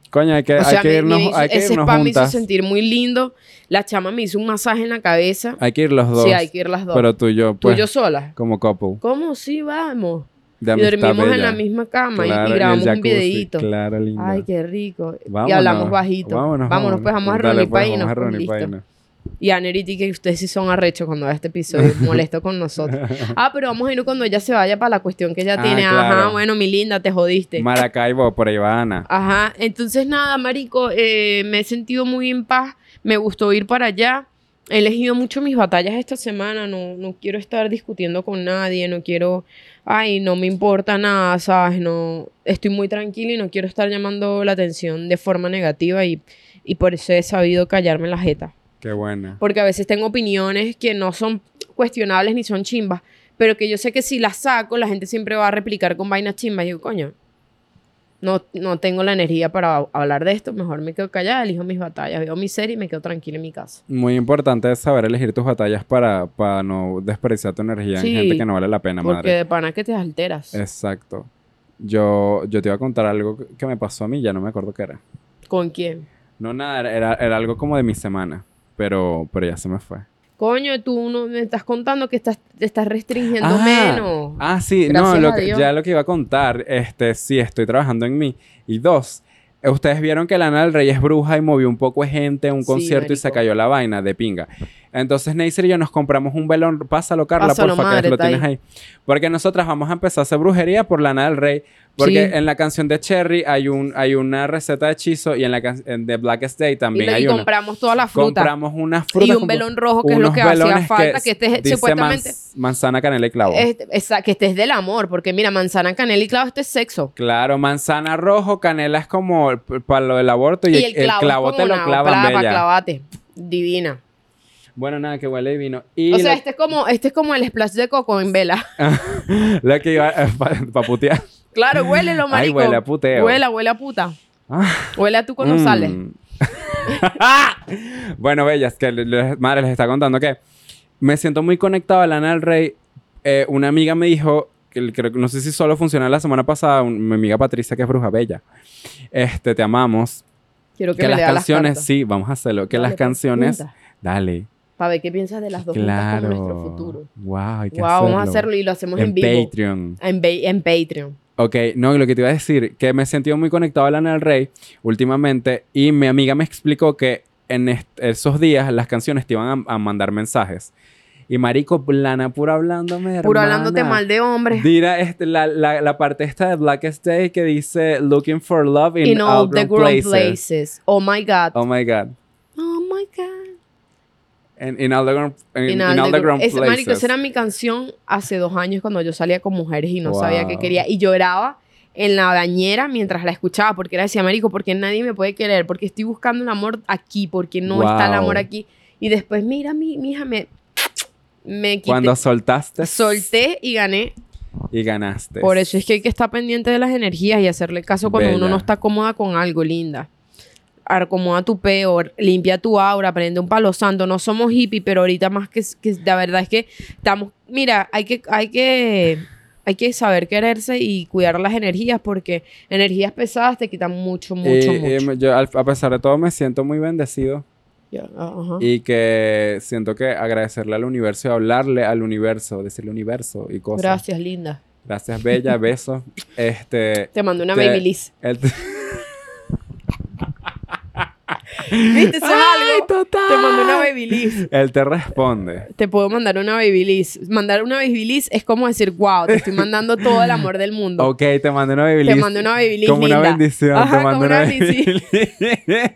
Speaker 2: Coño, hay que,
Speaker 3: o
Speaker 2: hay
Speaker 3: sea,
Speaker 2: que
Speaker 3: me-
Speaker 2: irnos,
Speaker 3: me hizo-
Speaker 2: hay que
Speaker 3: ese
Speaker 2: irnos
Speaker 3: spa me hizo
Speaker 2: juntas.
Speaker 3: sentir muy lindo. La chama me hizo un masaje en la cabeza.
Speaker 2: Hay que ir los dos.
Speaker 3: Sí, hay que ir las dos.
Speaker 2: Pero tú y yo,
Speaker 3: Tú
Speaker 2: pues,
Speaker 3: y yo sola.
Speaker 2: como couple.
Speaker 3: ¿Cómo? Sí, vamos.
Speaker 2: De
Speaker 3: Y
Speaker 2: amistad,
Speaker 3: dormimos en
Speaker 2: bella.
Speaker 3: la misma cama y-
Speaker 2: Claro, en
Speaker 3: y,
Speaker 2: el
Speaker 3: grabamos un
Speaker 2: jacuzzi.
Speaker 3: videíto.
Speaker 2: Claro, linda.
Speaker 3: Ay, qué rico. Y
Speaker 2: Vámonos,
Speaker 3: hablamos bajito.
Speaker 2: Vámonos,
Speaker 3: Vámonos, pues vamos a
Speaker 2: Dale,
Speaker 3: reunir
Speaker 2: pues,
Speaker 3: pa' ahí,
Speaker 2: vamos
Speaker 3: nos
Speaker 2: a
Speaker 3: pues,
Speaker 2: reunir pa' ahí,
Speaker 3: listo.
Speaker 2: ¿no?
Speaker 3: Y Aneriti, que ustedes sí son arrechos cuando vea este episodio, molesto con nosotros. Ah, pero vamos a ir cuando ella se vaya para la cuestión que ella
Speaker 2: Ah,
Speaker 3: tiene. Ajá,
Speaker 2: claro.
Speaker 3: bueno, mi linda, te jodiste.
Speaker 2: Maracaibo, por ahí va Ana.
Speaker 3: Ajá, entonces nada, Marico, eh, me he sentido muy en paz, me gustó ir para allá, he elegido mucho mis batallas esta semana, no, no quiero estar discutiendo con nadie, no quiero, ay, no me importa nada, ¿sabes? No, estoy muy tranquila y no quiero estar llamando la atención de forma negativa y, y por eso he sabido callarme la jeta,
Speaker 2: Qué buena.
Speaker 3: porque a veces tengo opiniones que no son cuestionables ni son chimbas, pero que yo sé que si las saco, la gente siempre va a replicar con vainas chimbas, y digo, coño. no, no tengo la energía para hablar de esto, mejor me quedo callada, elijo mis batallas, veo mi serie y me quedo tranquila en mi casa.
Speaker 2: Muy importante es saber elegir tus batallas para, para no desperdiciar tu energía
Speaker 3: Sí,
Speaker 2: en gente que no vale la pena,
Speaker 3: Porque
Speaker 2: madre.
Speaker 3: de pana que te alteras.
Speaker 2: Exacto. Yo, yo te iba a contar algo que- que me pasó a mí, ya no me acuerdo qué era.
Speaker 3: ¿Con quién?
Speaker 2: No, nada, era- era, era algo como de mi semana, pero, pero ya se me fue.
Speaker 3: Coño, tú no me estás contando que estás, te estás restringiendo
Speaker 2: Ah,
Speaker 3: menos.
Speaker 2: Ah, sí, no,
Speaker 3: Gracias
Speaker 2: lo
Speaker 3: a
Speaker 2: que-
Speaker 3: Dios.
Speaker 2: ya lo que iba a contar, este, sí, estoy trabajando en mí. Y dos, eh, ustedes vieron que Lana del Rey es bruja y movió un poco de gente a un
Speaker 3: Sí,
Speaker 2: concierto y se
Speaker 3: marico.
Speaker 2: cayó la vaina de pinga. Entonces Neisser y yo nos compramos un velón, pásalo Carla,
Speaker 3: Pásalo,
Speaker 2: porfa,
Speaker 3: madre,
Speaker 2: que lo
Speaker 3: está
Speaker 2: tienes ahí. Porque nosotras vamos a empezar a hacer brujería por Lana del Rey. Porque
Speaker 3: Sí.
Speaker 2: en la canción de Cherry hay, un, hay una receta de hechizo y en la can- en de Blackest Day
Speaker 3: y,
Speaker 2: también
Speaker 3: la- y
Speaker 2: hay una.
Speaker 3: compramos todas las frutas.
Speaker 2: Compramos unas frutas.
Speaker 3: Y un
Speaker 2: como-
Speaker 3: velón rojo, que es lo
Speaker 2: unos
Speaker 3: que hacía
Speaker 2: velones
Speaker 3: falta, que, este es
Speaker 2: dice
Speaker 3: supuestamente.
Speaker 2: manz- manzana, canela y clavo.
Speaker 3: Este- esa- que este es del amor, porque mira, manzana, canela y clavo, este es sexo.
Speaker 2: Claro, manzana rojo, canela es como para lo del aborto y,
Speaker 3: Y el clavo, es
Speaker 2: te
Speaker 3: como
Speaker 2: lo
Speaker 3: una
Speaker 2: clavan,
Speaker 3: plapa,
Speaker 2: bella.
Speaker 3: clavate. Divina.
Speaker 2: Bueno, nada, que huele divino. Y
Speaker 3: o sea,
Speaker 2: la-
Speaker 3: este es como, este es como el splash de coco en vela.
Speaker 2: la que iba para putear.
Speaker 3: Claro, huele lo marico.
Speaker 2: huele a puteo.
Speaker 3: Huele, huele a puta.
Speaker 2: Ah,
Speaker 3: Huele a tú cuando
Speaker 2: mm.
Speaker 3: sales.
Speaker 2: bueno, bellas, que le- le- madre les está contando que me siento muy conectado a Lana del Rey. Eh, una amiga me dijo, que el- creo que no sé si solo funcionó la semana pasada, un- mi amiga Patricia, que es bruja bella. Este, te amamos.
Speaker 3: Quiero que,
Speaker 2: Que
Speaker 3: me
Speaker 2: las
Speaker 3: lea
Speaker 2: canciones,
Speaker 3: las cartas.
Speaker 2: sí, vamos a hacerlo. Que las canciones, dale.
Speaker 3: Para ver qué piensas de las dos juntas
Speaker 2: Claro.
Speaker 3: con nuestro futuro.
Speaker 2: Wow, hay que
Speaker 3: Wow,
Speaker 2: hacerlo.
Speaker 3: vamos a hacerlo y lo hacemos en,
Speaker 2: en
Speaker 3: vivo.
Speaker 2: Patreon.
Speaker 3: En, ba- en Patreon.
Speaker 2: Ok, no, lo que te iba a decir, que me he sentido muy conectado a Lana del Rey últimamente y mi amiga me explicó que en est- esos días las canciones te iban a, a mandar mensajes. Y marico, Lana puro hablándome,
Speaker 3: Puro
Speaker 2: hermana.
Speaker 3: hablándote mal de hombres.
Speaker 2: Mira este, la, la, la parte esta de Blackest Day que dice Looking for love in,
Speaker 3: In all the
Speaker 2: wrong
Speaker 3: wrong
Speaker 2: places.
Speaker 3: places. Oh my God.
Speaker 2: Oh my God.
Speaker 3: Oh my God.
Speaker 2: In, in all the, wrong- in,
Speaker 3: In
Speaker 2: in all the wrong
Speaker 3: Es-
Speaker 2: places.
Speaker 3: Marico, esa era mi canción hace dos años cuando yo salía con mujeres y no sabía qué
Speaker 2: Wow.
Speaker 3: quería. Y lloraba en la bañera mientras la escuchaba porque era decía, Marico, porque nadie me puede querer, porque estoy buscando el amor aquí, porque no está el
Speaker 2: Wow.
Speaker 3: amor aquí. Y después, mira, mi, mi hija me, me quité,
Speaker 2: Cuando soltaste
Speaker 3: solté y gané.
Speaker 2: y ganaste.
Speaker 3: Por eso es que hay que estar pendiente de las energías y hacerle caso cuando uno
Speaker 2: Bella.
Speaker 3: no está cómoda con algo, linda. Acomoda tu peor, limpia tu aura, prende un palo santo. No somos hippie, pero ahorita más que, que la verdad es que estamos. Mira, hay que, hay que, hay que saber quererse y cuidar las energías porque energías pesadas te quitan mucho, mucho,
Speaker 2: Y- y
Speaker 3: mucho.
Speaker 2: Eh, me- yo, al- a pesar de todo, me siento muy bendecido
Speaker 3: Ya, ah, ajá.
Speaker 2: y que siento que agradecerle al universo y hablarle al universo, decirle universo y cosas.
Speaker 3: Gracias, linda.
Speaker 2: Gracias, Bella, besos. Este.
Speaker 3: Te mando una
Speaker 2: te-
Speaker 3: babyliss.
Speaker 2: el-
Speaker 3: ¿Viste? Eso es algo.
Speaker 2: total!
Speaker 3: Te mando una babyliss.
Speaker 2: Él te responde.
Speaker 3: Te puedo mandar una babyliss. Mandar una babyliss es como decir, wow, te estoy mandando todo el amor del mundo.
Speaker 2: Ok, te mando una Biblia.
Speaker 3: Te mando una babyliss
Speaker 2: Como
Speaker 3: linda.
Speaker 2: una bendición.
Speaker 3: Ajá,
Speaker 2: te mando
Speaker 3: como
Speaker 2: una
Speaker 3: una babyliss.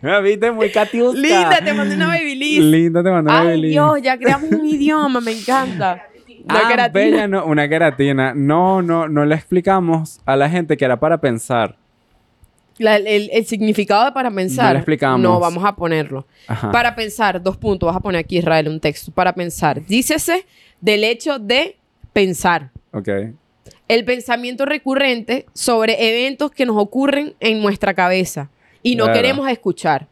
Speaker 2: ¿Me viste? Muy catiusca.
Speaker 3: Linda, te mandé una babyliss.
Speaker 2: Linda, te mando una
Speaker 3: Ay,
Speaker 2: Biblia.
Speaker 3: Dios, ya creamos un idioma, me encanta. La
Speaker 2: Ah,
Speaker 3: queratina.
Speaker 2: bella, no, una queratina. No, no, no le explicamos a la gente que era para pensar.
Speaker 3: La- el, el significado de para pensar.
Speaker 2: No lo explicamos. Ah.
Speaker 3: No, vamos a ponerlo.
Speaker 2: Ajá.
Speaker 3: Para pensar, dos puntos, vas a poner aquí, Israel, un texto. Para pensar. Dícese del hecho de pensar.
Speaker 2: Ok.
Speaker 3: el pensamiento recurrente sobre eventos que nos ocurren en nuestra cabeza y no
Speaker 2: Claro.
Speaker 3: queremos escuchar.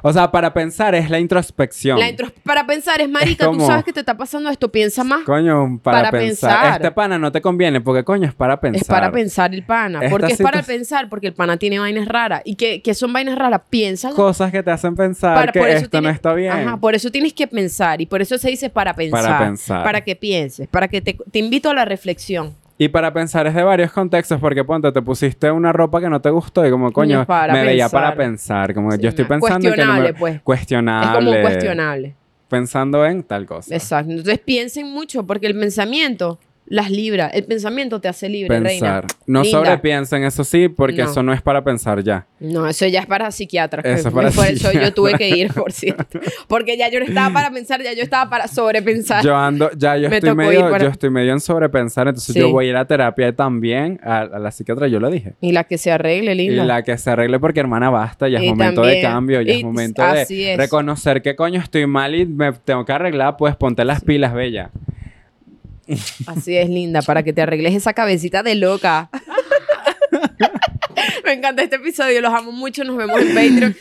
Speaker 2: O sea, para pensar es la introspección.
Speaker 3: La intros- para pensar es, marica, tú
Speaker 2: como-
Speaker 3: sabes que te está pasando esto, piensa más.
Speaker 2: Coño, para,
Speaker 3: Para
Speaker 2: pensar.
Speaker 3: pensar.
Speaker 2: Este pana no te conviene porque coño es para pensar.
Speaker 3: Es para pensar el pana.
Speaker 2: Esta
Speaker 3: porque es para
Speaker 2: situa-
Speaker 3: pensar, porque el pana tiene vainas raras. ¿Y que son vainas raras? Piensa
Speaker 2: Cosas que te hacen pensar
Speaker 3: para,
Speaker 2: que
Speaker 3: por eso
Speaker 2: esto no
Speaker 3: tienes-
Speaker 2: está bien.
Speaker 3: Ajá, por eso tienes que pensar. Y por eso se dice para pensar.
Speaker 2: pensar.
Speaker 3: para que pienses. Para que te, te invito a la reflexión.
Speaker 2: Y para pensar es de varios contextos porque ponte, te pusiste una ropa que no te gustó y como coño,
Speaker 3: es para
Speaker 2: me veía
Speaker 3: pensar.
Speaker 2: para pensar. Como
Speaker 3: Sí,
Speaker 2: yo estoy
Speaker 3: ma-
Speaker 2: pensando en que no me...
Speaker 3: cuestionable, pues.
Speaker 2: Cuestionable.
Speaker 3: Es como un cuestionable.
Speaker 2: Pensando en tal cosa.
Speaker 3: Exacto. Entonces piensen mucho, porque el pensamiento las libra. El pensamiento te hace libre, reina.
Speaker 2: Pensar. No
Speaker 3: Linda.
Speaker 2: sobrepiensen, eso sí, porque
Speaker 3: No.
Speaker 2: eso no es para pensar ya.
Speaker 3: No, eso ya es para psiquiatras.
Speaker 2: Eso
Speaker 3: que-
Speaker 2: es para
Speaker 3: por eso
Speaker 2: psiquiatras.
Speaker 3: yo tuve que ir, por cierto. Porque ya yo no estaba para pensar, ya yo estaba para sobrepensar.
Speaker 2: Yo ando, ya yo
Speaker 3: Me
Speaker 2: estoy
Speaker 3: tocó ir
Speaker 2: medio,
Speaker 3: para-
Speaker 2: yo estoy medio en sobrepensar, entonces
Speaker 3: Sí.
Speaker 2: yo voy a ir a terapia también, a, a la psiquiatra, yo lo dije.
Speaker 3: Y la que se arregle,
Speaker 2: Y
Speaker 3: linda.
Speaker 2: la que se arregle porque hermana basta, ya es
Speaker 3: Y
Speaker 2: momento de
Speaker 3: también-
Speaker 2: cambio, ya
Speaker 3: y-
Speaker 2: es momento
Speaker 3: así
Speaker 2: de
Speaker 3: es.
Speaker 2: reconocer que coño estoy mal y me tengo que arreglar, pues ponte las pilas, bella.
Speaker 3: Así es, linda, para que te arregles esa cabecita de loca. Me encanta este episodio. Los amo mucho. Nos vemos en Patreon.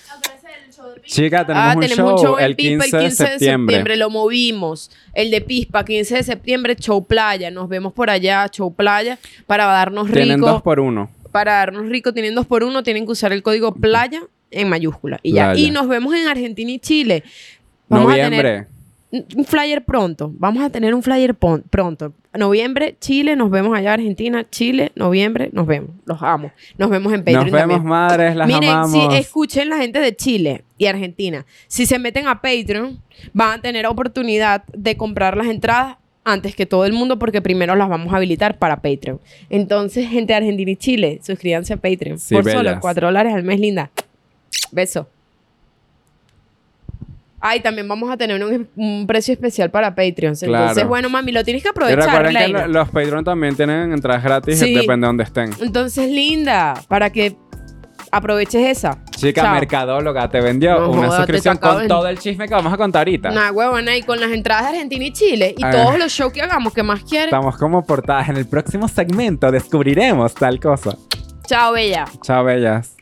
Speaker 2: Chica, tenemos,
Speaker 3: ah,
Speaker 2: un,
Speaker 3: tenemos
Speaker 2: show
Speaker 3: un show en
Speaker 2: el 15,
Speaker 3: Pispa el 15
Speaker 2: de septiembre.
Speaker 3: Lo movimos. El de Pispa, 15 de septiembre, show playa. Nos vemos por allá, show playa, para darnos
Speaker 2: Tienen
Speaker 3: rico.
Speaker 2: dos por uno.
Speaker 3: para darnos rico, tienen dos por uno, tienen que usar el código playa en mayúscula. Y ya.
Speaker 2: Playa.
Speaker 3: Y nos vemos en Argentina y Chile.
Speaker 2: Noviembre.
Speaker 3: a tener un- un flyer pronto. Vamos a tener un flyer pon- pronto. Noviembre, Chile, nos vemos allá, Argentina, Chile, noviembre, nos vemos. Los amo. Nos vemos en Patreon.
Speaker 2: Nos vemos,
Speaker 3: también.
Speaker 2: madres, las
Speaker 3: Miren,
Speaker 2: amamos.
Speaker 3: si escuchen la gente de Chile y Argentina, si se meten a Patreon, van a tener oportunidad de comprar las entradas antes que todo el mundo porque primero las vamos a habilitar para Patreon. Entonces, gente de Argentina y Chile, suscríbanse a Patreon.
Speaker 2: Sí,
Speaker 3: por
Speaker 2: bellas.
Speaker 3: solo 4 dólares al mes, linda. Beso. Ay, también vamos a tener un, un precio especial para Patreon. Entonces,
Speaker 2: Claro.
Speaker 3: bueno, mami, lo tienes que
Speaker 2: y
Speaker 3: aprovechar,
Speaker 2: recuerden que lo-
Speaker 3: Reina.
Speaker 2: los Patreon también tienen entradas gratis,
Speaker 3: Sí.
Speaker 2: depende de donde estén.
Speaker 3: Entonces, linda, para que aproveches esa.
Speaker 2: Chica,
Speaker 3: Chao.
Speaker 2: Mercadóloga te vendió
Speaker 3: No
Speaker 2: una
Speaker 3: joda, te
Speaker 2: suscripción
Speaker 3: acabo
Speaker 2: con
Speaker 3: de-
Speaker 2: todo el chisme que vamos a contar ahorita.
Speaker 3: Nah, huevona, y con las entradas de Argentina y Chile y
Speaker 2: Ah.
Speaker 3: todos los shows que hagamos que más quieres.
Speaker 2: Estamos como portadas. En el próximo segmento descubriremos tal cosa.
Speaker 3: Chao, bella.
Speaker 2: Chao, bellas.